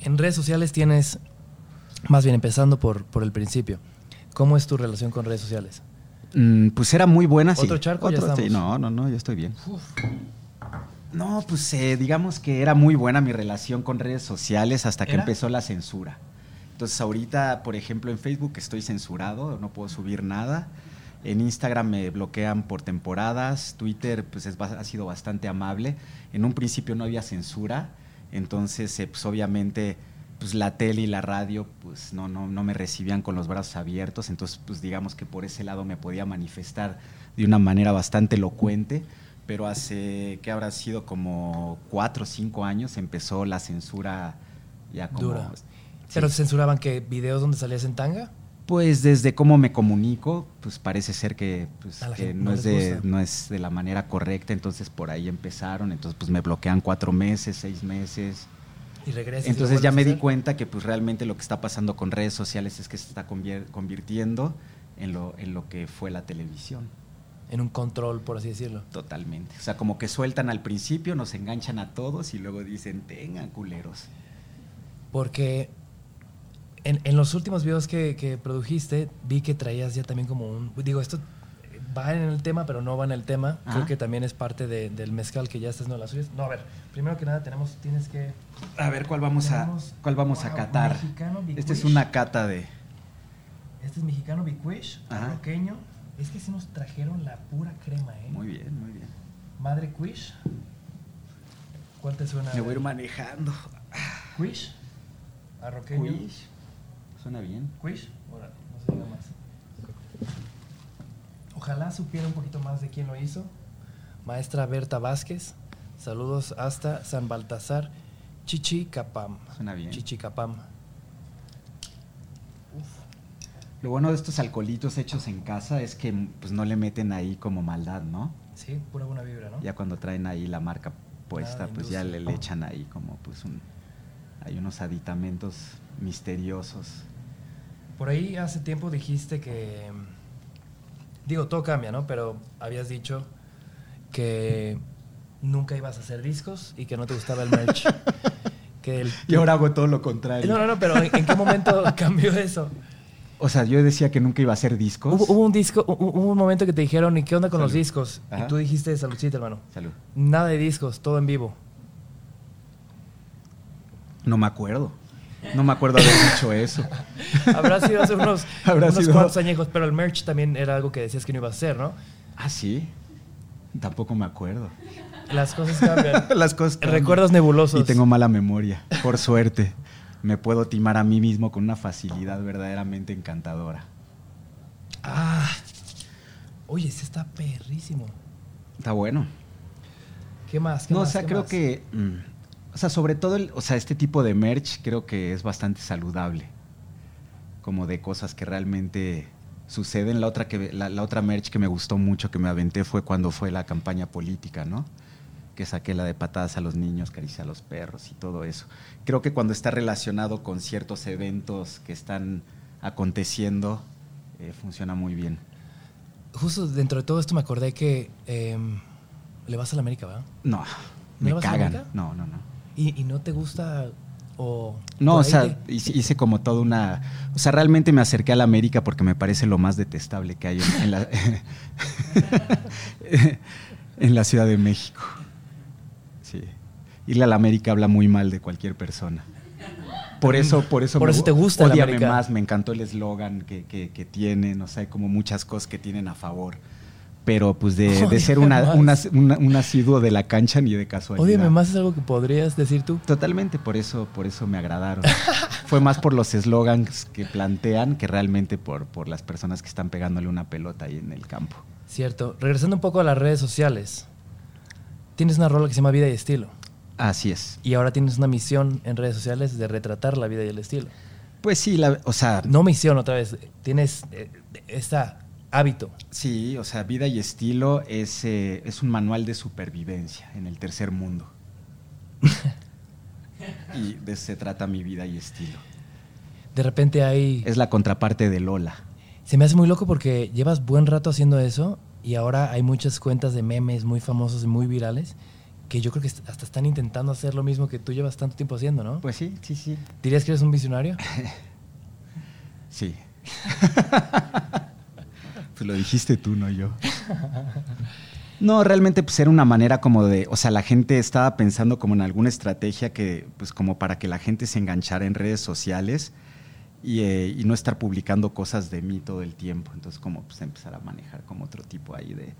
A: En redes sociales tienes, más bien empezando por, por el principio, ¿cómo es tu relación con redes sociales?
B: Mm, pues era muy buena, sí.
A: ¿Otro charco? Ya
B: sí,
A: estamos.
B: No, no, no, yo estoy bien. No, pues eh, digamos que era muy buena mi relación con redes sociales hasta que
A: ¿Era?
B: empezó la censura. Entonces ahorita, por ejemplo, en Facebook estoy censurado, no puedo subir nada. En Instagram me bloquean por temporadas. Twitter pues es ba- ha sido bastante amable. En un principio no había censura, entonces eh, pues obviamente pues la tele y la radio pues no, no, no me recibían con los brazos abiertos, entonces pues digamos que por ese lado me podía manifestar de una manera bastante elocuente, pero hace que habrá sido como cuatro o cinco años empezó la censura ya como...
A: Dura.
B: Sí.
A: ¿Pero censuraban que videos donde salías en tanga?
B: Pues desde cómo me comunico, pues parece ser que, pues,
A: A la
B: que
A: gente
B: no,
A: no
B: es
A: les
B: de,
A: gusta.
B: no es de la manera correcta, entonces por ahí empezaron, entonces pues me bloquean cuatro meses, seis meses.
A: Y regresas. y lo
B: Entonces ya
A: vuelves
B: me
A: a
B: di
A: hacer.
B: cuenta que pues realmente lo que está pasando con redes sociales es que se está convier- convirtiendo en lo, en lo que fue la televisión,
A: En un control, por así decirlo.
B: totalmente. O sea, como que sueltan al principio, nos enganchan a todos y luego dicen, tengan culeros.
A: Porque en, en los últimos videos que, que produjiste, vi que traías ya también como un. Digo, esto va en el tema, pero no va en el tema. Creo
B: Ajá.
A: que también es parte de- del mezcal que ya estás no las suyas. No, a ver, primero que nada, tenemos, tienes que.
B: A ver, ¿cuál vamos a,
A: Tenemos-
B: cuál vamos a
A: Wow,
B: catar?
A: mexicano, Big
B: Esta es
A: Wish.
B: una cata de...
A: Este es mexicano Biquish,
B: Ajá.
A: roqueño. Es que sí nos trajeron la pura crema, ¿eh?
B: Muy bien, muy bien.
A: Madre Quish. ¿Cuál te suena?
B: Me voy a ir manejando.
A: Quish. A roqueño.
B: Quish. Suena bien.
A: Quish. Ahora, no se diga más. Ojalá supiera un poquito más de quién lo hizo. Maestra Berta Vázquez. Saludos hasta San Baltasar, Chichicapam.
B: Suena bien.
A: Chichicapam.
B: Lo bueno de estos alcoholitos hechos en casa es que pues, no le meten ahí como maldad, ¿no?
A: Sí, pura buena vibra, ¿no?
B: Ya cuando traen ahí la marca puesta,
A: Nada de
B: pues ya le,
A: industria.
B: le echan ahí como pues un... Hay unos aditamentos misteriosos.
A: Por ahí hace tiempo dijiste que. mm, Digo, todo cambia, ¿no? Pero habías dicho que nunca ibas a hacer discos y que no te gustaba el
B: [LAUGHS]
A: merch. que el-
B: Y ahora hago todo lo contrario.
A: Eh, No, no, no, pero ¿en en qué
B: [LAUGHS]
A: momento cambió eso?
B: O sea, yo decía que nunca iba a hacer discos.
A: Hubo, hubo un disco, hu- hubo un momento que te dijeron, ¿y qué onda con los
B: Salud.
A: discos?
B: Ajá.
A: Y tú dijiste, saludcita, hermano.
B: Salud.
A: Nada de discos, todo en
B: [LAUGHS]
A: vivo.
B: No me acuerdo. No me acuerdo haber dicho eso.
A: Habrá sido hace unos,
B: [LAUGHS] Habrá
A: unos
B: sido-
A: cuantos añejos, pero el merch también era algo que decías que no ibas a hacer, ¿no?
B: Ah, sí. Tampoco me acuerdo.
A: Las cosas cambian.
B: Las cosas. [LAUGHS] cambian.
A: Recuerdos nebulosos.
B: Y tengo mala memoria, por suerte. Me puedo timar a mí mismo con una facilidad verdaderamente encantadora.
A: Ah. Oye, ese está perrísimo.
B: Está bueno.
A: ¿Qué más? ¿Qué
B: No, o
A: más?
B: sea,
A: ¿Qué
B: creo
A: más?
B: que. mm, o sea, sobre todo, el- o sea, este tipo de merch creo que es bastante saludable. Como de cosas que realmente suceden. La otra, que, la, la otra merch que me gustó mucho, que me aventé, fue cuando fue la campaña política, ¿no? Que saqué la de patadas a los niños, caricia a los perros y todo eso. Creo que cuando está relacionado con ciertos eventos que están aconteciendo, eh, funciona muy bien.
A: Justo dentro de todo esto me acordé que em, le vas a la América, ¿verdad?
B: No,
A: ¿No
B: me
A: vas a
B: cagan.
A: América?
B: No, no, no.
A: Y, y no te gusta o...
B: No,
A: por
B: o
A: ahí
B: sea,
A: te-
B: hice, hice como toda una... O sea, realmente me acerqué a la América porque me parece lo más detestable que hay en, en la, [LAUGHS] en la Ciudad de México. Sí. Ir a la América habla muy mal de cualquier persona. Por eso, por eso,
A: Por eso te gusta la
B: Ódiame
A: América.
B: más, me encantó el eslogan que, que, que tienen, o sea, hay como muchas cosas que tienen a favor. Pero
A: [LAUGHS]
B: pues de, de ser
A: Ódiame
B: una,
A: más.
B: una- una- un asiduo de la cancha ni de casualidad.
A: Ódiame más es algo que podrías decir tú.
B: Totalmente, por eso, por eso me agradaron. Fue más por los eslogans que plantean que realmente por, por las personas que están pegándole una pelota ahí en el campo.
A: Cierto. Regresando un poco a las redes sociales. tienes una rola que se llama Vida y Estilo.
B: Así es.
A: Y ahora tienes una misión en redes sociales de retratar la vida y el estilo.
B: Pues sí, la, o sea,
A: No misión otra vez, tienes eh, esta hábito.
B: sí, o sea, vida y estilo es, eh, es un manual de supervivencia en el tercer [LAUGHS] mundo. y de eso se trata mi vida y estilo.
A: De repente hay...
B: Es la contraparte de Lola.
A: Se me hace muy loco porque llevas buen rato haciendo eso y ahora hay muchas cuentas de memes muy famosos y muy virales que yo creo que est- hasta están intentando hacer lo mismo que tú llevas tanto tiempo haciendo, ¿no?
B: Pues sí, sí, sí.
A: ¿Dirías que eres un visionario?
B: Sí. pues lo dijiste tú, no yo. No, realmente pues era una manera como de, o sea, la gente estaba pensando como en alguna estrategia que, pues como para que la gente se enganchara en redes sociales y, eh, y no estar publicando cosas de mí todo el tiempo. Entonces como pues empezar a manejar como otro tipo ahí de,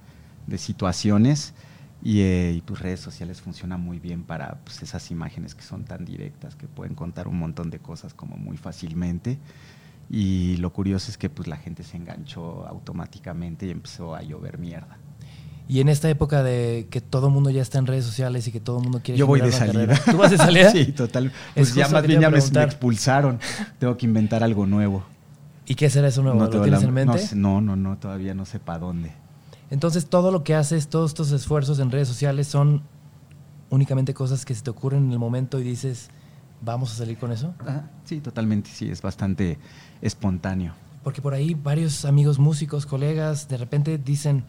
B: de situaciones y, eh, y, pues redes sociales funcionan muy bien para pues, esas imágenes que son tan directas, que pueden contar un montón de cosas como muy fácilmente. Y lo curioso es que pues la gente se enganchó automáticamente y empezó a llover mierda.
A: Y en esta época de que todo el mundo ya está en redes sociales y que todo el mundo quiere...
B: Yo voy de
A: generar una
B: salida.
A: carrera, ¿Tú vas de salida?
B: [LAUGHS] sí, total. Pues
A: Es
B: ya
A: justo
B: más
A: que
B: bien
A: te iba
B: ya
A: a
B: me, me
A: preguntar.
B: expulsaron. Tengo que inventar algo nuevo.
A: ¿Y qué será eso nuevo?
B: No
A: ¿Lo
B: tengo
A: tienes
B: la-
A: en mente?
B: no sé- No, no, no, todavía no sé para dónde.
A: Entonces todo lo que haces, todos estos esfuerzos en redes sociales son únicamente cosas que se te ocurren en el momento y dices, vamos a salir con eso.
B: Ah, sí, totalmente, sí, es bastante espontáneo.
A: Porque por ahí varios amigos músicos, colegas, de repente dicen,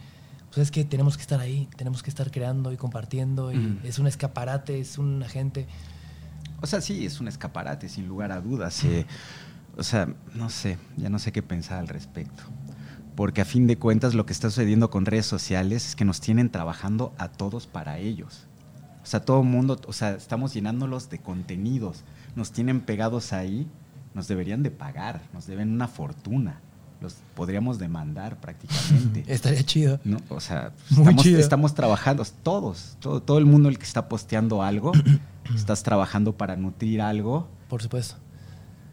A: pues es que tenemos que estar ahí, tenemos que estar creando y compartiendo, y
B: Ujú.
A: es un escaparate, es un agente.
B: O sea, sí, es un escaparate, sin lugar a dudas. eh, o sea, no sé, ya no sé qué pensar al respecto. Porque a fin de cuentas lo que está sucediendo con redes sociales es que nos tienen trabajando a todos para ellos. O sea, todo el mundo, o sea, estamos llenándolos de contenidos. Nos tienen pegados ahí, nos deberían de pagar, nos deben una fortuna. Los podríamos demandar
A: [LAUGHS]
B: prácticamente.
A: Estaría chido.
B: No, o sea, pues,
A: Muy
B: estamos,
A: chido.
B: estamos trabajando, todos, todo, todo el mundo el que está
A: [CLEARS THROAT]
B: posteando algo, estás trabajando para nutrir algo,
A: Por supuesto.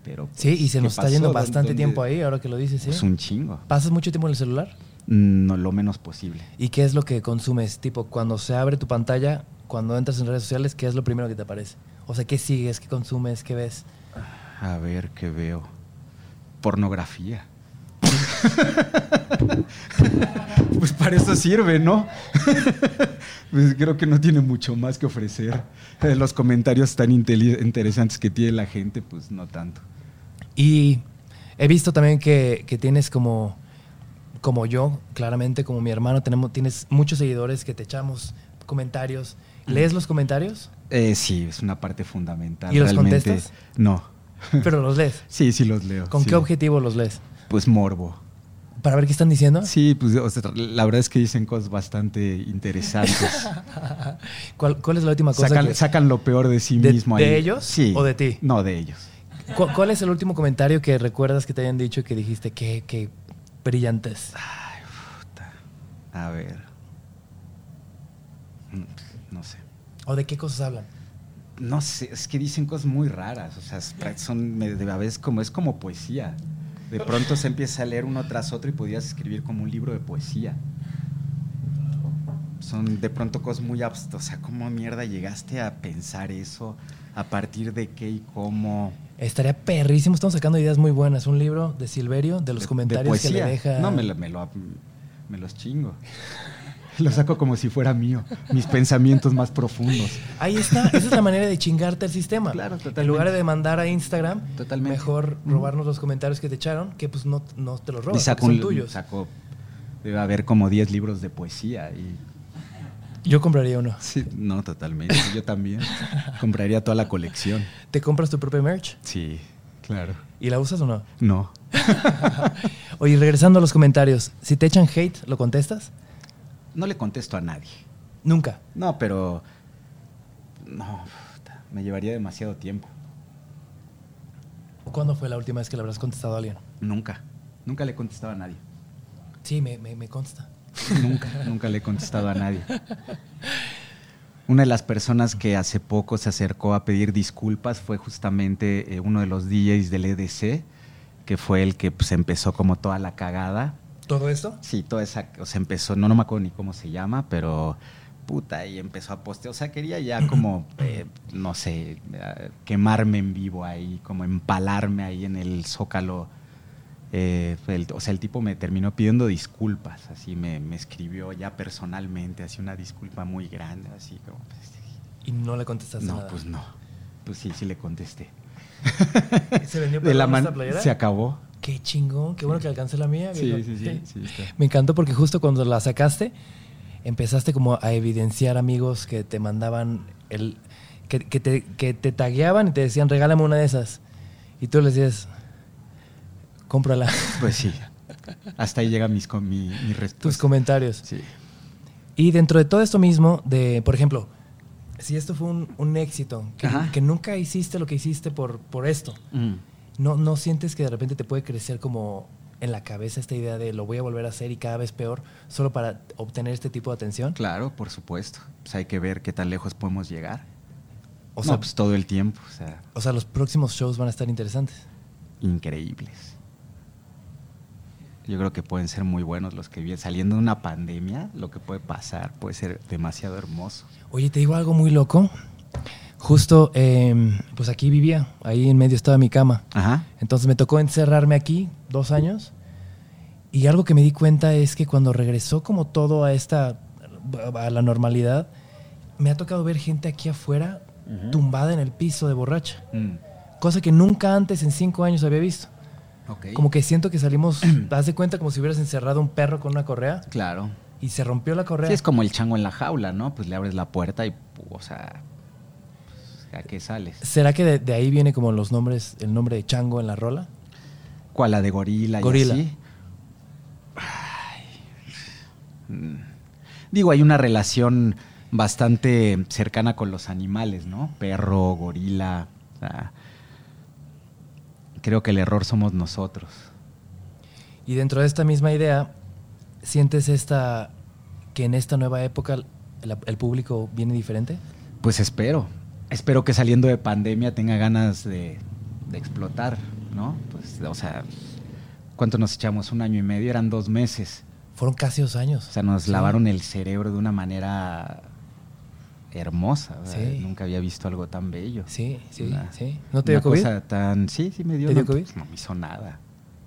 B: pero...
A: Sí,
B: pues,
A: y se
B: ¿qué
A: nos está
B: pasó?
A: yendo
B: ¿Dónde-
A: bastante
B: dónde?
A: tiempo ahí, ahora que lo dices, ¿sí?
B: Pues un chingo,
A: ¿Pasas mucho tiempo en el celular?
B: no, lo menos posible.
A: ¿Y qué es lo que consumes? Tipo, cuando se abre tu pantalla, cuando entras en redes sociales, ¿qué es lo primero que te aparece? O sea, ¿qué sigues? ¿Qué consumes? ¿Qué ves?
B: A ver, ¿qué veo? Pornografía. [LAUGHS] pues para eso sirve, ¿no? [LAUGHS] pues creo que no tiene mucho más que ofrecer. Eh, Los comentarios tan inteli- interesantes que tiene la gente, pues no tanto.
A: Y he visto también que, que tienes como, como yo, claramente, como mi hermano, tenemos, tienes muchos seguidores que te echamos comentarios.
B: Mm.
A: ¿Lees los comentarios?
B: Eh, sí, es una parte fundamental.
A: ¿Y los
B: Realmente,
A: contestas?
B: No.
A: Pero los
B: [LAUGHS]
A: lees.
B: Sí, sí los leo.
A: ¿Con
B: sí.
A: qué objetivo los lees?
B: Pues morbo.
A: ¿Para ver qué están diciendo?
B: Sí, pues o sea, la verdad es que dicen cosas bastante
A: [LAUGHS]
B: interesantes.
A: ¿Cuál, cuál es la última cosa?
B: sacan,
A: que-
B: sacan lo peor de sí
A: ¿De-
B: mismo ahí.
A: de ellos
B: Sí.
A: o de ti?
B: No, de ellos.
A: ¿Cu- ¿Cuál es el último comentario que recuerdas que te hayan dicho que dijiste que, que brillantes?
B: A ver. Mm, No sé.
A: ¿O de qué cosas hablan?
B: No sé, es que dicen cosas muy raras. O sea, es pra- son, me- de- a veces como, es como poesía. De pronto se empieza a leer uno tras otro y podías escribir como un libro de poesía. Son de pronto cosas muy abstractas. O sea, ¿cómo mierda llegaste a pensar eso? ¿A partir de qué y cómo?
A: Estaría perrísimo, estamos sacando ideas muy buenas. Un libro de Silverio, de los
B: De- de
A: comentarios que le
B: poesía.
A: deja.
B: No, me, lo- me, lo- me los chingo. [LAUGHS] Lo saco como si fuera mío. Mis pensamientos más profundos.
A: Ahí
B: [LAUGHS]
A: está, esa es la manera de chingarte el sistema.
B: Claro,
A: En
B: totalmente.
A: lugar de mandar a Instagram,
B: Totalmente.
A: mejor robarnos los comentarios que te echaron, que pues no, no te los
B: Y
A: robas,
B: saco,
A: porque
B: un-
A: son tuyos.
B: saco- debe haber como 10 libros de poesía. Y,
A: Yo compraría uno.
B: sí, no, totalmente. Yo también compraría toda la colección.
A: ¿Te compras tu propio merch
B: Sí, claro.
A: y la usas o no?
B: No.
A: Oye, regresando a los comentarios, si te echan hate, ¿lo contestas?
B: No le contesto a nadie.
A: Nunca.
B: No, pero... No, puta, me llevaría demasiado tiempo.
A: ¿Cuándo fue la última vez que le habrás contestado a alguien?
B: Nunca. Nunca le he contestado a nadie.
A: Sí, me, me- me consta.
B: Nunca, nunca le he contestado a nadie. Una de las personas que hace poco se acercó a pedir disculpas fue justamente eh, uno de los DJs del EDC, que fue el que pues, empezó como toda la cagada.
A: ¿Todo esto?
B: Sí, toda esa, o sea, empezó, no, no me acuerdo ni cómo se llama, pero pu- puta, y empezó a postear. O sea,
A: [CLEARS THROAT]
B: quería ya como, eh, no sé, eh, quemarme en vivo ahí, como empalarme ahí en el zócalo. Eh, el- o sea, el tipo me terminó pidiendo disculpas, así me, me escribió ya personalmente, así una disculpa muy grande, así como, pues,
A: Y no le contestaste
B: no,
A: nada.
B: pues no. Pues sí, sí le contesté.
A: [LAUGHS] ¿Se vendió
B: De la
A: perdón
B: man-
A: esta playera?
B: se acabó.
A: Qué chingón, qué bueno que alcancé la mía.
B: Sí,
A: viejo.
B: sí, sí, sí, está.
A: Me encantó porque justo cuando la sacaste, empezaste como a evidenciar amigos que te mandaban el. que, que te, que te tagueaban y te decían, regálame una de esas. Y tú les dices, cómprala. [LAUGHS]
B: Pues sí. Hasta ahí llega mis, com- mi, mi respuesta.
A: Tus comentarios.
B: Sí.
A: Y dentro de todo esto mismo, de, por ejemplo, si esto fue un, un éxito, que,
B: Ajá.
A: que nunca hiciste lo que hiciste por, por esto,
B: Mm.
A: ¿no, ¿no sientes que de repente te puede crecer como en la cabeza esta idea de lo voy a volver a hacer y cada vez peor solo para obtener este tipo de atención?
B: Claro, por supuesto. Pues hay que ver qué tan lejos podemos llegar.
A: O
B: O
A: sea,
B: pues todo el tiempo, o sea,
A: o sea, los próximos shows van a estar interesantes.
B: increíbles. Yo creo que pueden ser muy buenos los que vienen. Saliendo de una pandemia, lo que puede pasar puede ser demasiado hermoso.
A: Oye, te digo algo muy loco. Justo, em, pues aquí vivía, ahí en medio estaba mi cama.
B: Ajá.
A: Entonces me tocó encerrarme aquí dos años. Y algo que me di cuenta es que cuando regresó como todo a esta, a la normalidad, me ha tocado ver gente aquí afuera tumbada en el piso de borracha.
B: Mm.
A: Cosa que nunca antes en cinco años había visto.
B: Ok.
A: Como que siento que salimos,
B: [CLEARS THROAT]
A: haz de cuenta como si hubieras encerrado un perro con una correa
B: Claro.
A: y se rompió la correa.
B: Sí, es como el chango en la jaula, ¿no? Pues le abres la puerta y, pu- o sea, pues, ¿a qué sales?
A: ¿Será que de, de ahí viene como los nombres, el nombre de Chango en la rola?
B: ¿Cuál? ¿La de gorila? y
A: Gorila.
B: así? Ay. Mm. Digo, hay una relación bastante cercana con los animales, ¿no? Perro, gorila. o sea, creo que el error somos nosotros.
A: Y dentro de esta misma idea, ¿sientes esta que en esta nueva época la- el público viene diferente?
B: Pues espero. Espero que saliendo de pandemia tenga ganas de, de explotar, ¿no? Pues, o sea, ¿cuánto nos echamos? Un año y medio, eran dos meses.
A: Fueron casi dos años.
B: O sea, nos
A: Sí.
B: lavaron el cerebro de una manera hermosa. ¿verdad?
A: Sí.
B: Nunca había visto algo tan bello.
A: Sí, sí,
B: Una-
A: sí. ¿No te dio
B: una
A: COVID?
B: cosa tan... Sí, sí me dio.
A: ¿Te dio
B: no,
A: COVID?
B: pues, no me hizo nada.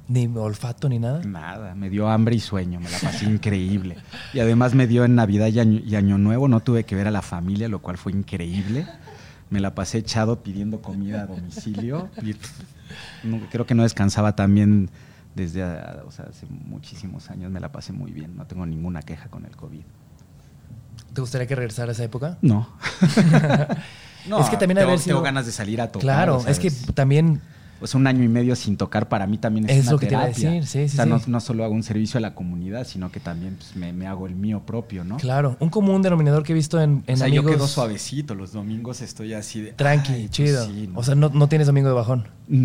A: Ni olfato ni
B: Mm.
A: nada.
B: Nada. Me dio hambre y sueño. Me la pasé increíble. Y además me dio en Navidad y año, y Año Nuevo. No tuve que ver a la familia, lo cual fue increíble. Me la pasé echado pidiendo comida a domicilio. Y, pff, no- creo que no descansaba también desde ah, o sea, hace muchísimos años. Me la pasé muy bien. No tengo ninguna queja con el COVID.
A: ¿Te gustaría que regresara a esa época?
B: [LAUGHS] No.
A: Es que también
B: tengo,
A: haber sido-
B: tengo ganas de salir a tocar.
A: Claro,
B: o sea,
A: es que también
B: o sea, un año y medio sin tocar para mí también es,
A: Es
B: una
A: lo que te iba a
B: terapia.
A: decir, sí, sí,
B: O sea, no,
A: sí.
B: no solo hago un servicio a la comunidad, sino que también pues, me, me hago el mío propio, ¿no?
A: Claro, un común denominador que he visto en, en
B: o sea,
A: amigos.
B: yo quedo suavecito. Los domingos estoy así de.
A: Tranqui,
B: "Ay, pues
A: chido.
B: sí, ¿no?".
A: O sea, no, no tienes domingo de bajón,
B: Mm,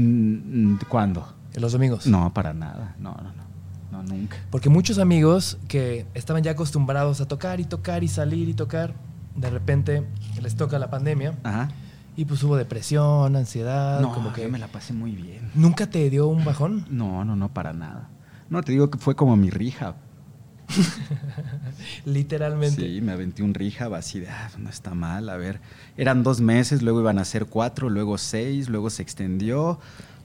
B: mm, ¿Cuándo?
A: los domingos.
B: No, para nada. No, no, no. No, nunca.
A: Porque muchos amigos que estaban ya acostumbrados a tocar y tocar y salir y tocar, de repente les toca la pandemia
B: Ajá.
A: y pues hubo depresión, ansiedad,
B: No,
A: Ah, como que...
B: yo me la pasé muy bien.
A: ¿Nunca te dio un bajón? [LAUGHS]
B: No, no, no, para nada. No, te digo que fue como mi rija.
A: Literalmente.
B: Sí, me aventé un rehab así de, ah, no está mal, a ver. Eran dos meses, luego iban a ser cuatro, luego seis, luego se extendió.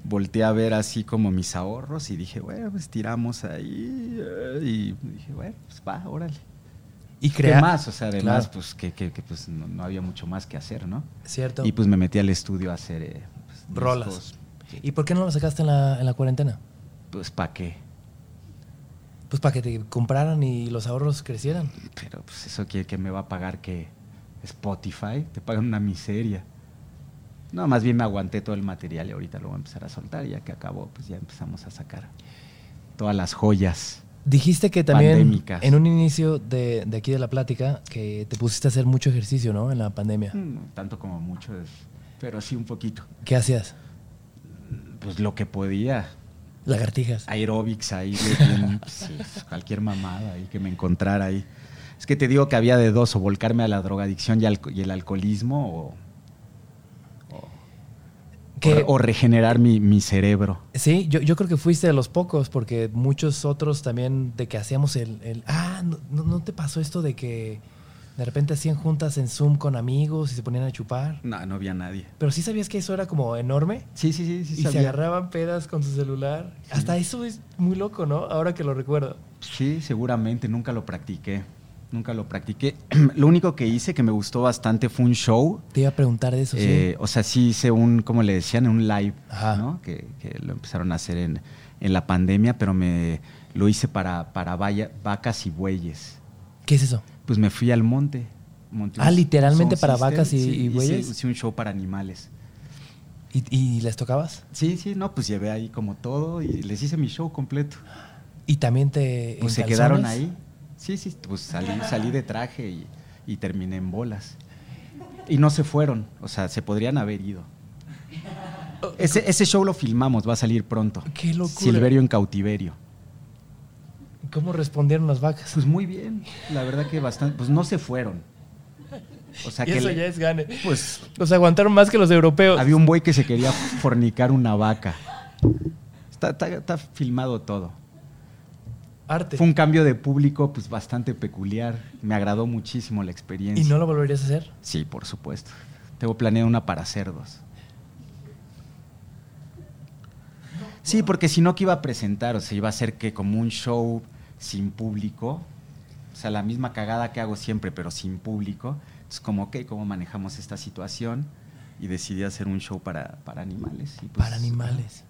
B: Volteé a ver así como mis ahorros y dije, bueno, pues tiramos ahí. eh, Y dije, bueno, pues va, órale.
A: Y
B: ¿Qué
A: crear...
B: más? O sea, además,
A: Claro.
B: pues que, que- que, pues, no, no había mucho más que hacer, ¿no?
A: Cierto.
B: Y pues me metí al estudio a hacer... eh, pues,
A: Rolas.
B: discos.
A: ¿Y por qué no lo sacaste en la, en la cuarentena?
B: Pues para qué.
A: Pues para que te compraran y los ahorros crecieran.
B: Pero pues eso que, que me va a pagar que Spotify te pagan una miseria. No, más bien me aguanté todo el material y ahorita lo voy a empezar a soltar. y Ya que acabó, pues ya empezamos a sacar todas las joyas.
A: Dijiste que también
B: Pandémicas.
A: en un inicio de, de aquí de la plática que te pusiste a hacer mucho ejercicio, ¿no? En la pandemia.
B: Mm, Tanto como mucho, es- pero sí un poquito.
A: ¿Qué hacías?
B: Pues lo que podía.
A: Lagartijas.
B: Aerobics ahí, [LAUGHS] de bien, sí, pues, cualquier mamada ahí que me encontrara ahí. Es que te digo que había de dos, o volcarme a la drogadicción y, al- y el alcoholismo, o- o
A: Que-
B: O, o regenerar mi, mi cerebro.
A: sí, yo, yo creo que fuiste de los pocos porque muchos otros también de que hacíamos el... el- ah, no, no- ¿no te pasó esto de que De repente hacían juntas en Zoom con amigos y se ponían a chupar.
B: No, no había nadie.
A: Pero sí sabías que eso era como enorme.
B: Sí, sí, sí, sí.
A: y se
B: sabía.
A: agarraban pedas con su celular.
B: Sí.
A: Hasta eso es muy loco, ¿no? Ahora que lo recuerdo.
B: Sí, seguramente, nunca lo practiqué. Nunca lo practiqué. [CLEARS THROAT] Lo único que hice que me gustó bastante fue un show.
A: Te iba a preguntar de eso,
B: Eh, o sea, sí hice un, como le decían, un live,
A: Ajá.
B: ¿no? Que, que lo empezaron a hacer en, en la pandemia, pero me lo hice para, para vaya- vacas y bueyes.
A: sí. ¿Qué es eso?
B: Pues me fui al monte. monté un
A: Ah, literalmente
B: sound
A: para
B: system,
A: vacas y-
B: sí,
A: y
B: hice-
A: bueyes.
B: Hice, un show para animales.
A: ¿Y, y las tocabas?
B: Sí, sí, no, pues llevé ahí como todo y les hice mi show completo.
A: ¿Y también te...
B: Pues se
A: en
B: quedaron
A: calzones?
B: ahí. Sí, sí, pues salí, salí de traje y, y terminé en bolas. Y no se fueron, o sea, se podrían haber ido. Ese, ese show lo filmamos, va a salir pronto.
A: ¡Qué locura!
B: Silverio en cautiverio.
A: ¿Cómo respondieron las vacas?
B: Pues muy bien, la verdad que bastante, pues no se fueron. O sea
A: Y
B: que
A: eso
B: le-
A: ya es gane.
B: pues
A: Los aguantaron más que los europeos.
B: había un buey que se quería fornicar una vaca. Está, está- está filmado todo.
A: Arte.
B: Fue un cambio de público pues bastante peculiar. Me agradó muchísimo la experiencia.
A: ¿Y no lo volverías a hacer?
B: Sí, por supuesto. Tengo planeado una para cerdos. Sí, porque si no, ¿qué iba a presentar? O sea, iba a ser que como un show sin público. O sea, la misma cagada que hago siempre, pero sin público. Es como, ok, ¿cómo manejamos esta situación? Y decidí hacer un show para, para animales. y pues-
A: Para animales.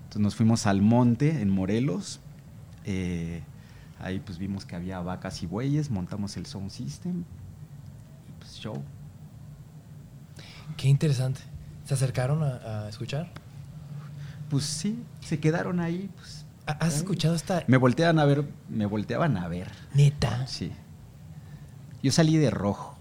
B: Entonces nos fuimos al monte en Morelos. Eh, ahí pues vimos que había vacas y bueyes. Montamos el sound system. Y pues show.
A: Qué interesante. ¿Se acercaron a, a escuchar?
B: Pues sí, se quedaron ahí. Pues,
A: ¿Ha- ¿Has
B: Ay.
A: escuchado esta
B: Me volteaban a ver, me volteaban a ver.
A: neta
B: Sí. Yo salí de rojo.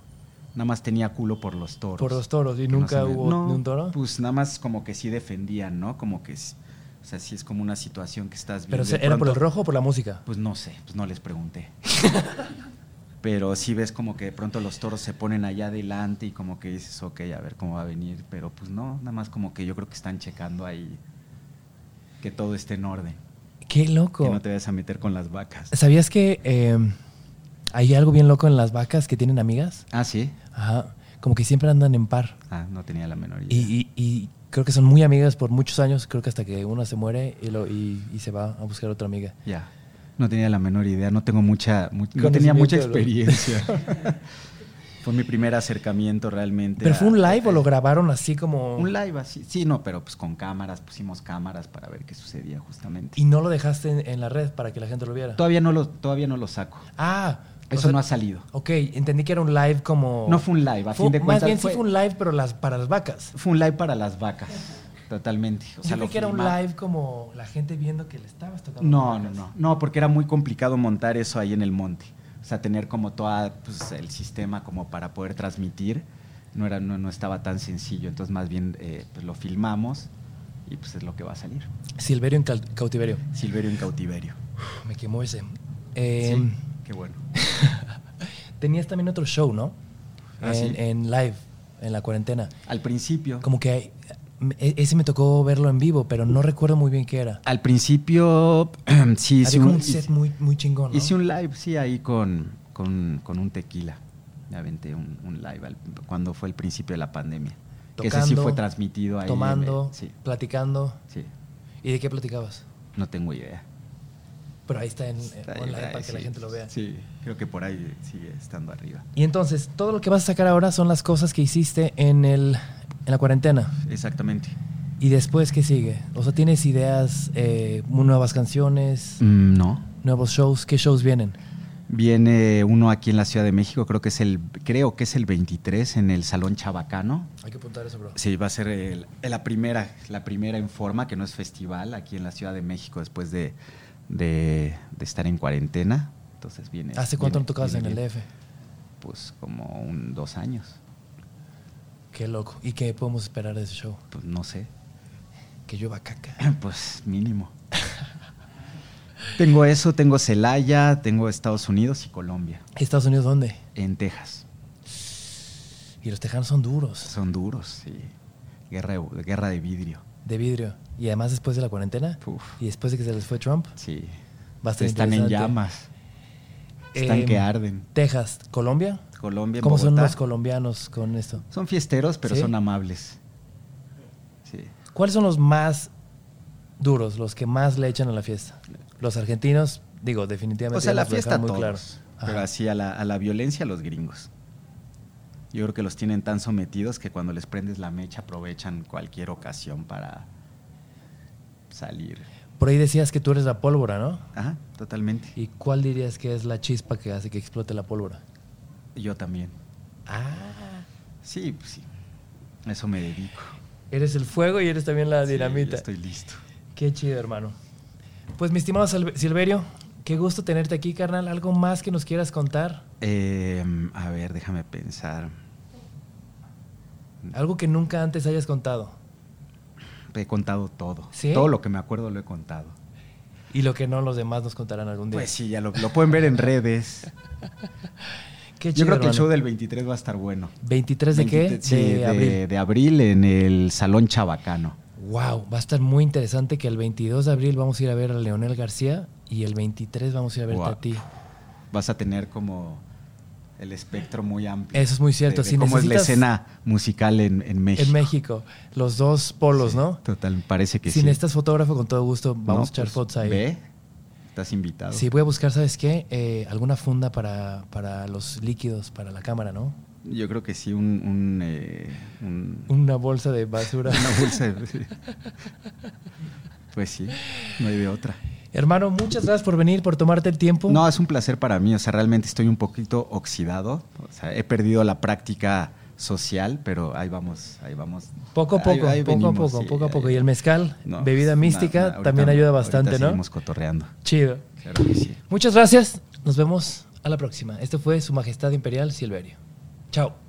B: Nada más tenía culo por los toros.
A: por los toros y
B: Que no
A: nunca
B: se me-
A: hubo
B: No,
A: ni un toro?
B: Pues nada más como que sí defendían, ¿no? Como que es- o sea, sí es como una situación que estás viendo.
A: ¿Pero se-
B: de
A: era por el
B: pronto-
A: rojo o por la música?
B: Pues no sé, pues no
A: [LAUGHS]
B: les pregunté. Pero sí ves como que de pronto los toros se ponen allá adelante y como que dices, ok, a ver cómo va a venir. Pero pues no, nada más como que yo creo que están checando ahí que todo esté en orden.
A: ¡Qué loco!
B: Que no te vayas a meter con las vacas.
A: ¿Sabías que eh, hay algo bien loco en las vacas que tienen amigas?
B: Ah, sí.
A: Ajá. Como que siempre andan en par.
B: Ah, no tenía la menor idea.
A: Y, y- y creo que son muy amigas por muchos años. Creo que hasta que una se muere y, lo, y, y se va a buscar otra amiga.
B: Ya. No tenía la menor idea, no tengo mucha, mu- no
A: Conocimiento
B: tenía mucha
A: de lo-
B: experiencia.
A: [LAUGHS]
B: [LAUGHS] fue mi primer acercamiento realmente.
A: ¿Pero
B: a- eh,
A: fue un live o lo grabaron así como...?
B: Un live así. Sí, no, pero pues con cámaras, pusimos cámaras para ver qué sucedía justamente.
A: Y no lo dejaste en, en la red para que la gente lo viera.
B: Todavía no lo, todavía no lo saco.
A: Ah, o
B: Eso
A: sea,
B: no ha salido.
A: Ok, entendí que era un live como.
B: No fue un live, a
A: Fue-
B: fin de
A: Más
B: cuentas.
A: bien sí fue un live, pero las, para las vacas.
B: fue un live para las vacas, totalmente. O sea,
A: Yo
B: lo
A: creí que era un
B: filmaron.
A: live como la gente viendo que le estabas tocando.
B: No,
A: las
B: no,
A: vacas.
B: no. No, porque era muy complicado montar eso ahí en el monte. O sea, tener como todo el sistema como para poder transmitir. No, era, no, no estaba tan sencillo. Entonces, más bien eh, pues, lo filmamos y pues es lo que va a salir.
A: Silverio en cal- cautiverio.
B: Silverio en cautiverio.
A: Me quemó ese. Eh,
B: Sí, qué bueno.
A: Tenías también otro show, ¿no?
B: Ah,
A: en,
B: sí.
A: en live, en la cuarentena.
B: Al principio.
A: Como que eh, ese me tocó verlo en vivo, pero no recuerdo muy bien qué era.
B: Al principio, Ah, [CLEARS THROAT] sí, hice
A: Había como
B: un-
A: un set muy, muy chingón. ¿no?
B: Hice un live, sí, ahí con, con, con un tequila. Me aventé un, un live al- cuando fue el principio de la pandemia. que ese sí
A: Tocando,
B: fue transmitido ahí. en-
A: Tomando,
B: sí,
A: platicando.
B: sí.
A: ¿Y de qué platicabas?
B: No tengo idea.
A: Pero Eh, ahí está en, en
B: Está ahí,
A: online
B: ahí,
A: para que la
B: sí.
A: gente lo vea.
B: Sí, creo que por ahí sigue estando arriba.
A: Y entonces, todo lo que vas a sacar ahora son las cosas que hiciste en, el, en la cuarentena.
B: Exactamente.
A: ¿Y después qué sigue? O sea, ¿tienes ideas, eh, nuevas canciones,
B: Mm. no.
A: nuevos shows? ¿Qué shows vienen?
B: Viene uno aquí en la Ciudad de México, creo que es el, creo que es el 23 en el Salón Chabacano.
A: Hay que apuntar eso, bro.
B: Sí, va a ser el- la primera, la primera en forma, que no es festival, aquí en la Ciudad de México después de, de- de estar en cuarentena. Entonces viene.
A: ¿Hace cuánto
B: viene-
A: no tocabas en
B: viene
A: el
B: bien.
A: DF?
B: Pues como un, dos años.
A: Qué loco. ¿Y qué podemos esperar de ese show?
B: Pues no sé.
A: Que llueva caca.
B: [CLEARS THROAT] Pues mínimo. tengo eso, tengo Celaya, tengo Estados Unidos y Colombia.
A: ¿Estados Unidos dónde?
B: En Texas.
A: Y los tejanos son duros,
B: Son duros, sí. Guerra de, guerra de vidrio.
A: de vidrio. Y además después de la cuarentena,
B: Uf,
A: y después de que se les fue Trump,
B: sí.
A: va a ser
B: Están en
A: interesante.
B: llamas. Están
A: eh,
B: que arden.
A: Texas, Colombia.
B: Colombia,
A: ¿Cómo son
B: Bogotá.
A: los colombianos con esto?
B: Son fiesteros, pero
A: ¿Sí?
B: son amables. Sí.
A: ¿Cuáles son los más duros, los que más le echan a la fiesta? Los argentinos, digo, definitivamente.
B: O sea,
A: ya
B: la
A: nos lo
B: fiesta a
A: dejaron
B: todos,
A: Ajá.
B: pero así a la, a la violencia a los gringos. Yo creo que los tienen tan sometidos que cuando les prendes la mecha aprovechan cualquier ocasión para salir.
A: Por ahí decías que tú eres la pólvora, ¿no?
B: Ajá, totalmente.
A: ¿Y cuál dirías que es la chispa que hace que explote la pólvora?
B: Yo también.
A: Ah.
B: Sí, pues sí. A Eso me dedico.
A: Eres el fuego y eres también la
B: Sí, ya
A: dinamita.
B: estoy listo.
A: Qué chido, hermano. Pues mi estimado Salve- Silverio, qué gusto tenerte aquí, carnal. ¿Algo más que nos quieras contar?
B: Eh, a ver, déjame pensar.
A: Algo que nunca antes hayas contado.
B: Te he contado todo.
A: ¿Sí?
B: Todo lo que me acuerdo lo he contado.
A: Y lo que no, los demás nos contarán algún día.
B: Pues sí, ya lo, lo pueden ver en redes.
A: qué
B: Yo
A: chido,
B: creo que el
A: hermano.
B: show del 23 va a estar bueno.
A: ¿23 de qué?
B: 23, sí,
A: de, abril.
B: de abril en el Salón Chabacano.
A: Wow, va a estar muy interesante que el 22 de abril vamos a ir a ver a Leonel García y el 23 vamos a ir a verte
B: Guau.
A: a ti.
B: Vas a tener como el espectro muy amplio.
A: Eso es muy cierto.
B: de- de
A: Si
B: cómo es la
A: necesitas-
B: escena musical en, en México.
A: En México, los dos polos,
B: Sí,
A: ¿no?
B: Total, parece que
A: si
B: sí.
A: necesitas fotógrafo, con todo gusto, vamos
B: No,
A: a echar
B: pues,
A: fotos ahí.
B: Ve, estás invitado.
A: Sí, voy a buscar, ¿sabes qué? Eh, alguna funda para, para los líquidos, para la cámara, ¿no?
B: Yo creo que sí, un, un, eh, un-
A: Una bolsa de
B: [LAUGHS]
A: basura.
B: una bolsa de- Pues sí, no hay de otra.
A: Hermano, muchas gracias por venir, por tomarte el tiempo.
B: No, es un placer para mí. O sea, realmente estoy un poquito oxidado. O sea, he perdido la práctica social, pero ahí vamos, ahí vamos.
A: Poco a
B: Ahí-
A: poco,
B: ahí
A: poco
B: venimos,
A: a poco,
B: sí,
A: poco a
B: ahí-
A: poco. Y el mezcal,
B: No,
A: bebida
B: pues,
A: mística,
B: na- na- ahorita-
A: también ayuda
B: ahorita
A: bastante, ¿no?
B: Seguimos cotorreando.
A: Chido.
B: Claro que sí.
A: Muchas gracias. Nos vemos a la próxima. Este fue Su Majestad Imperial Silverio. Chao.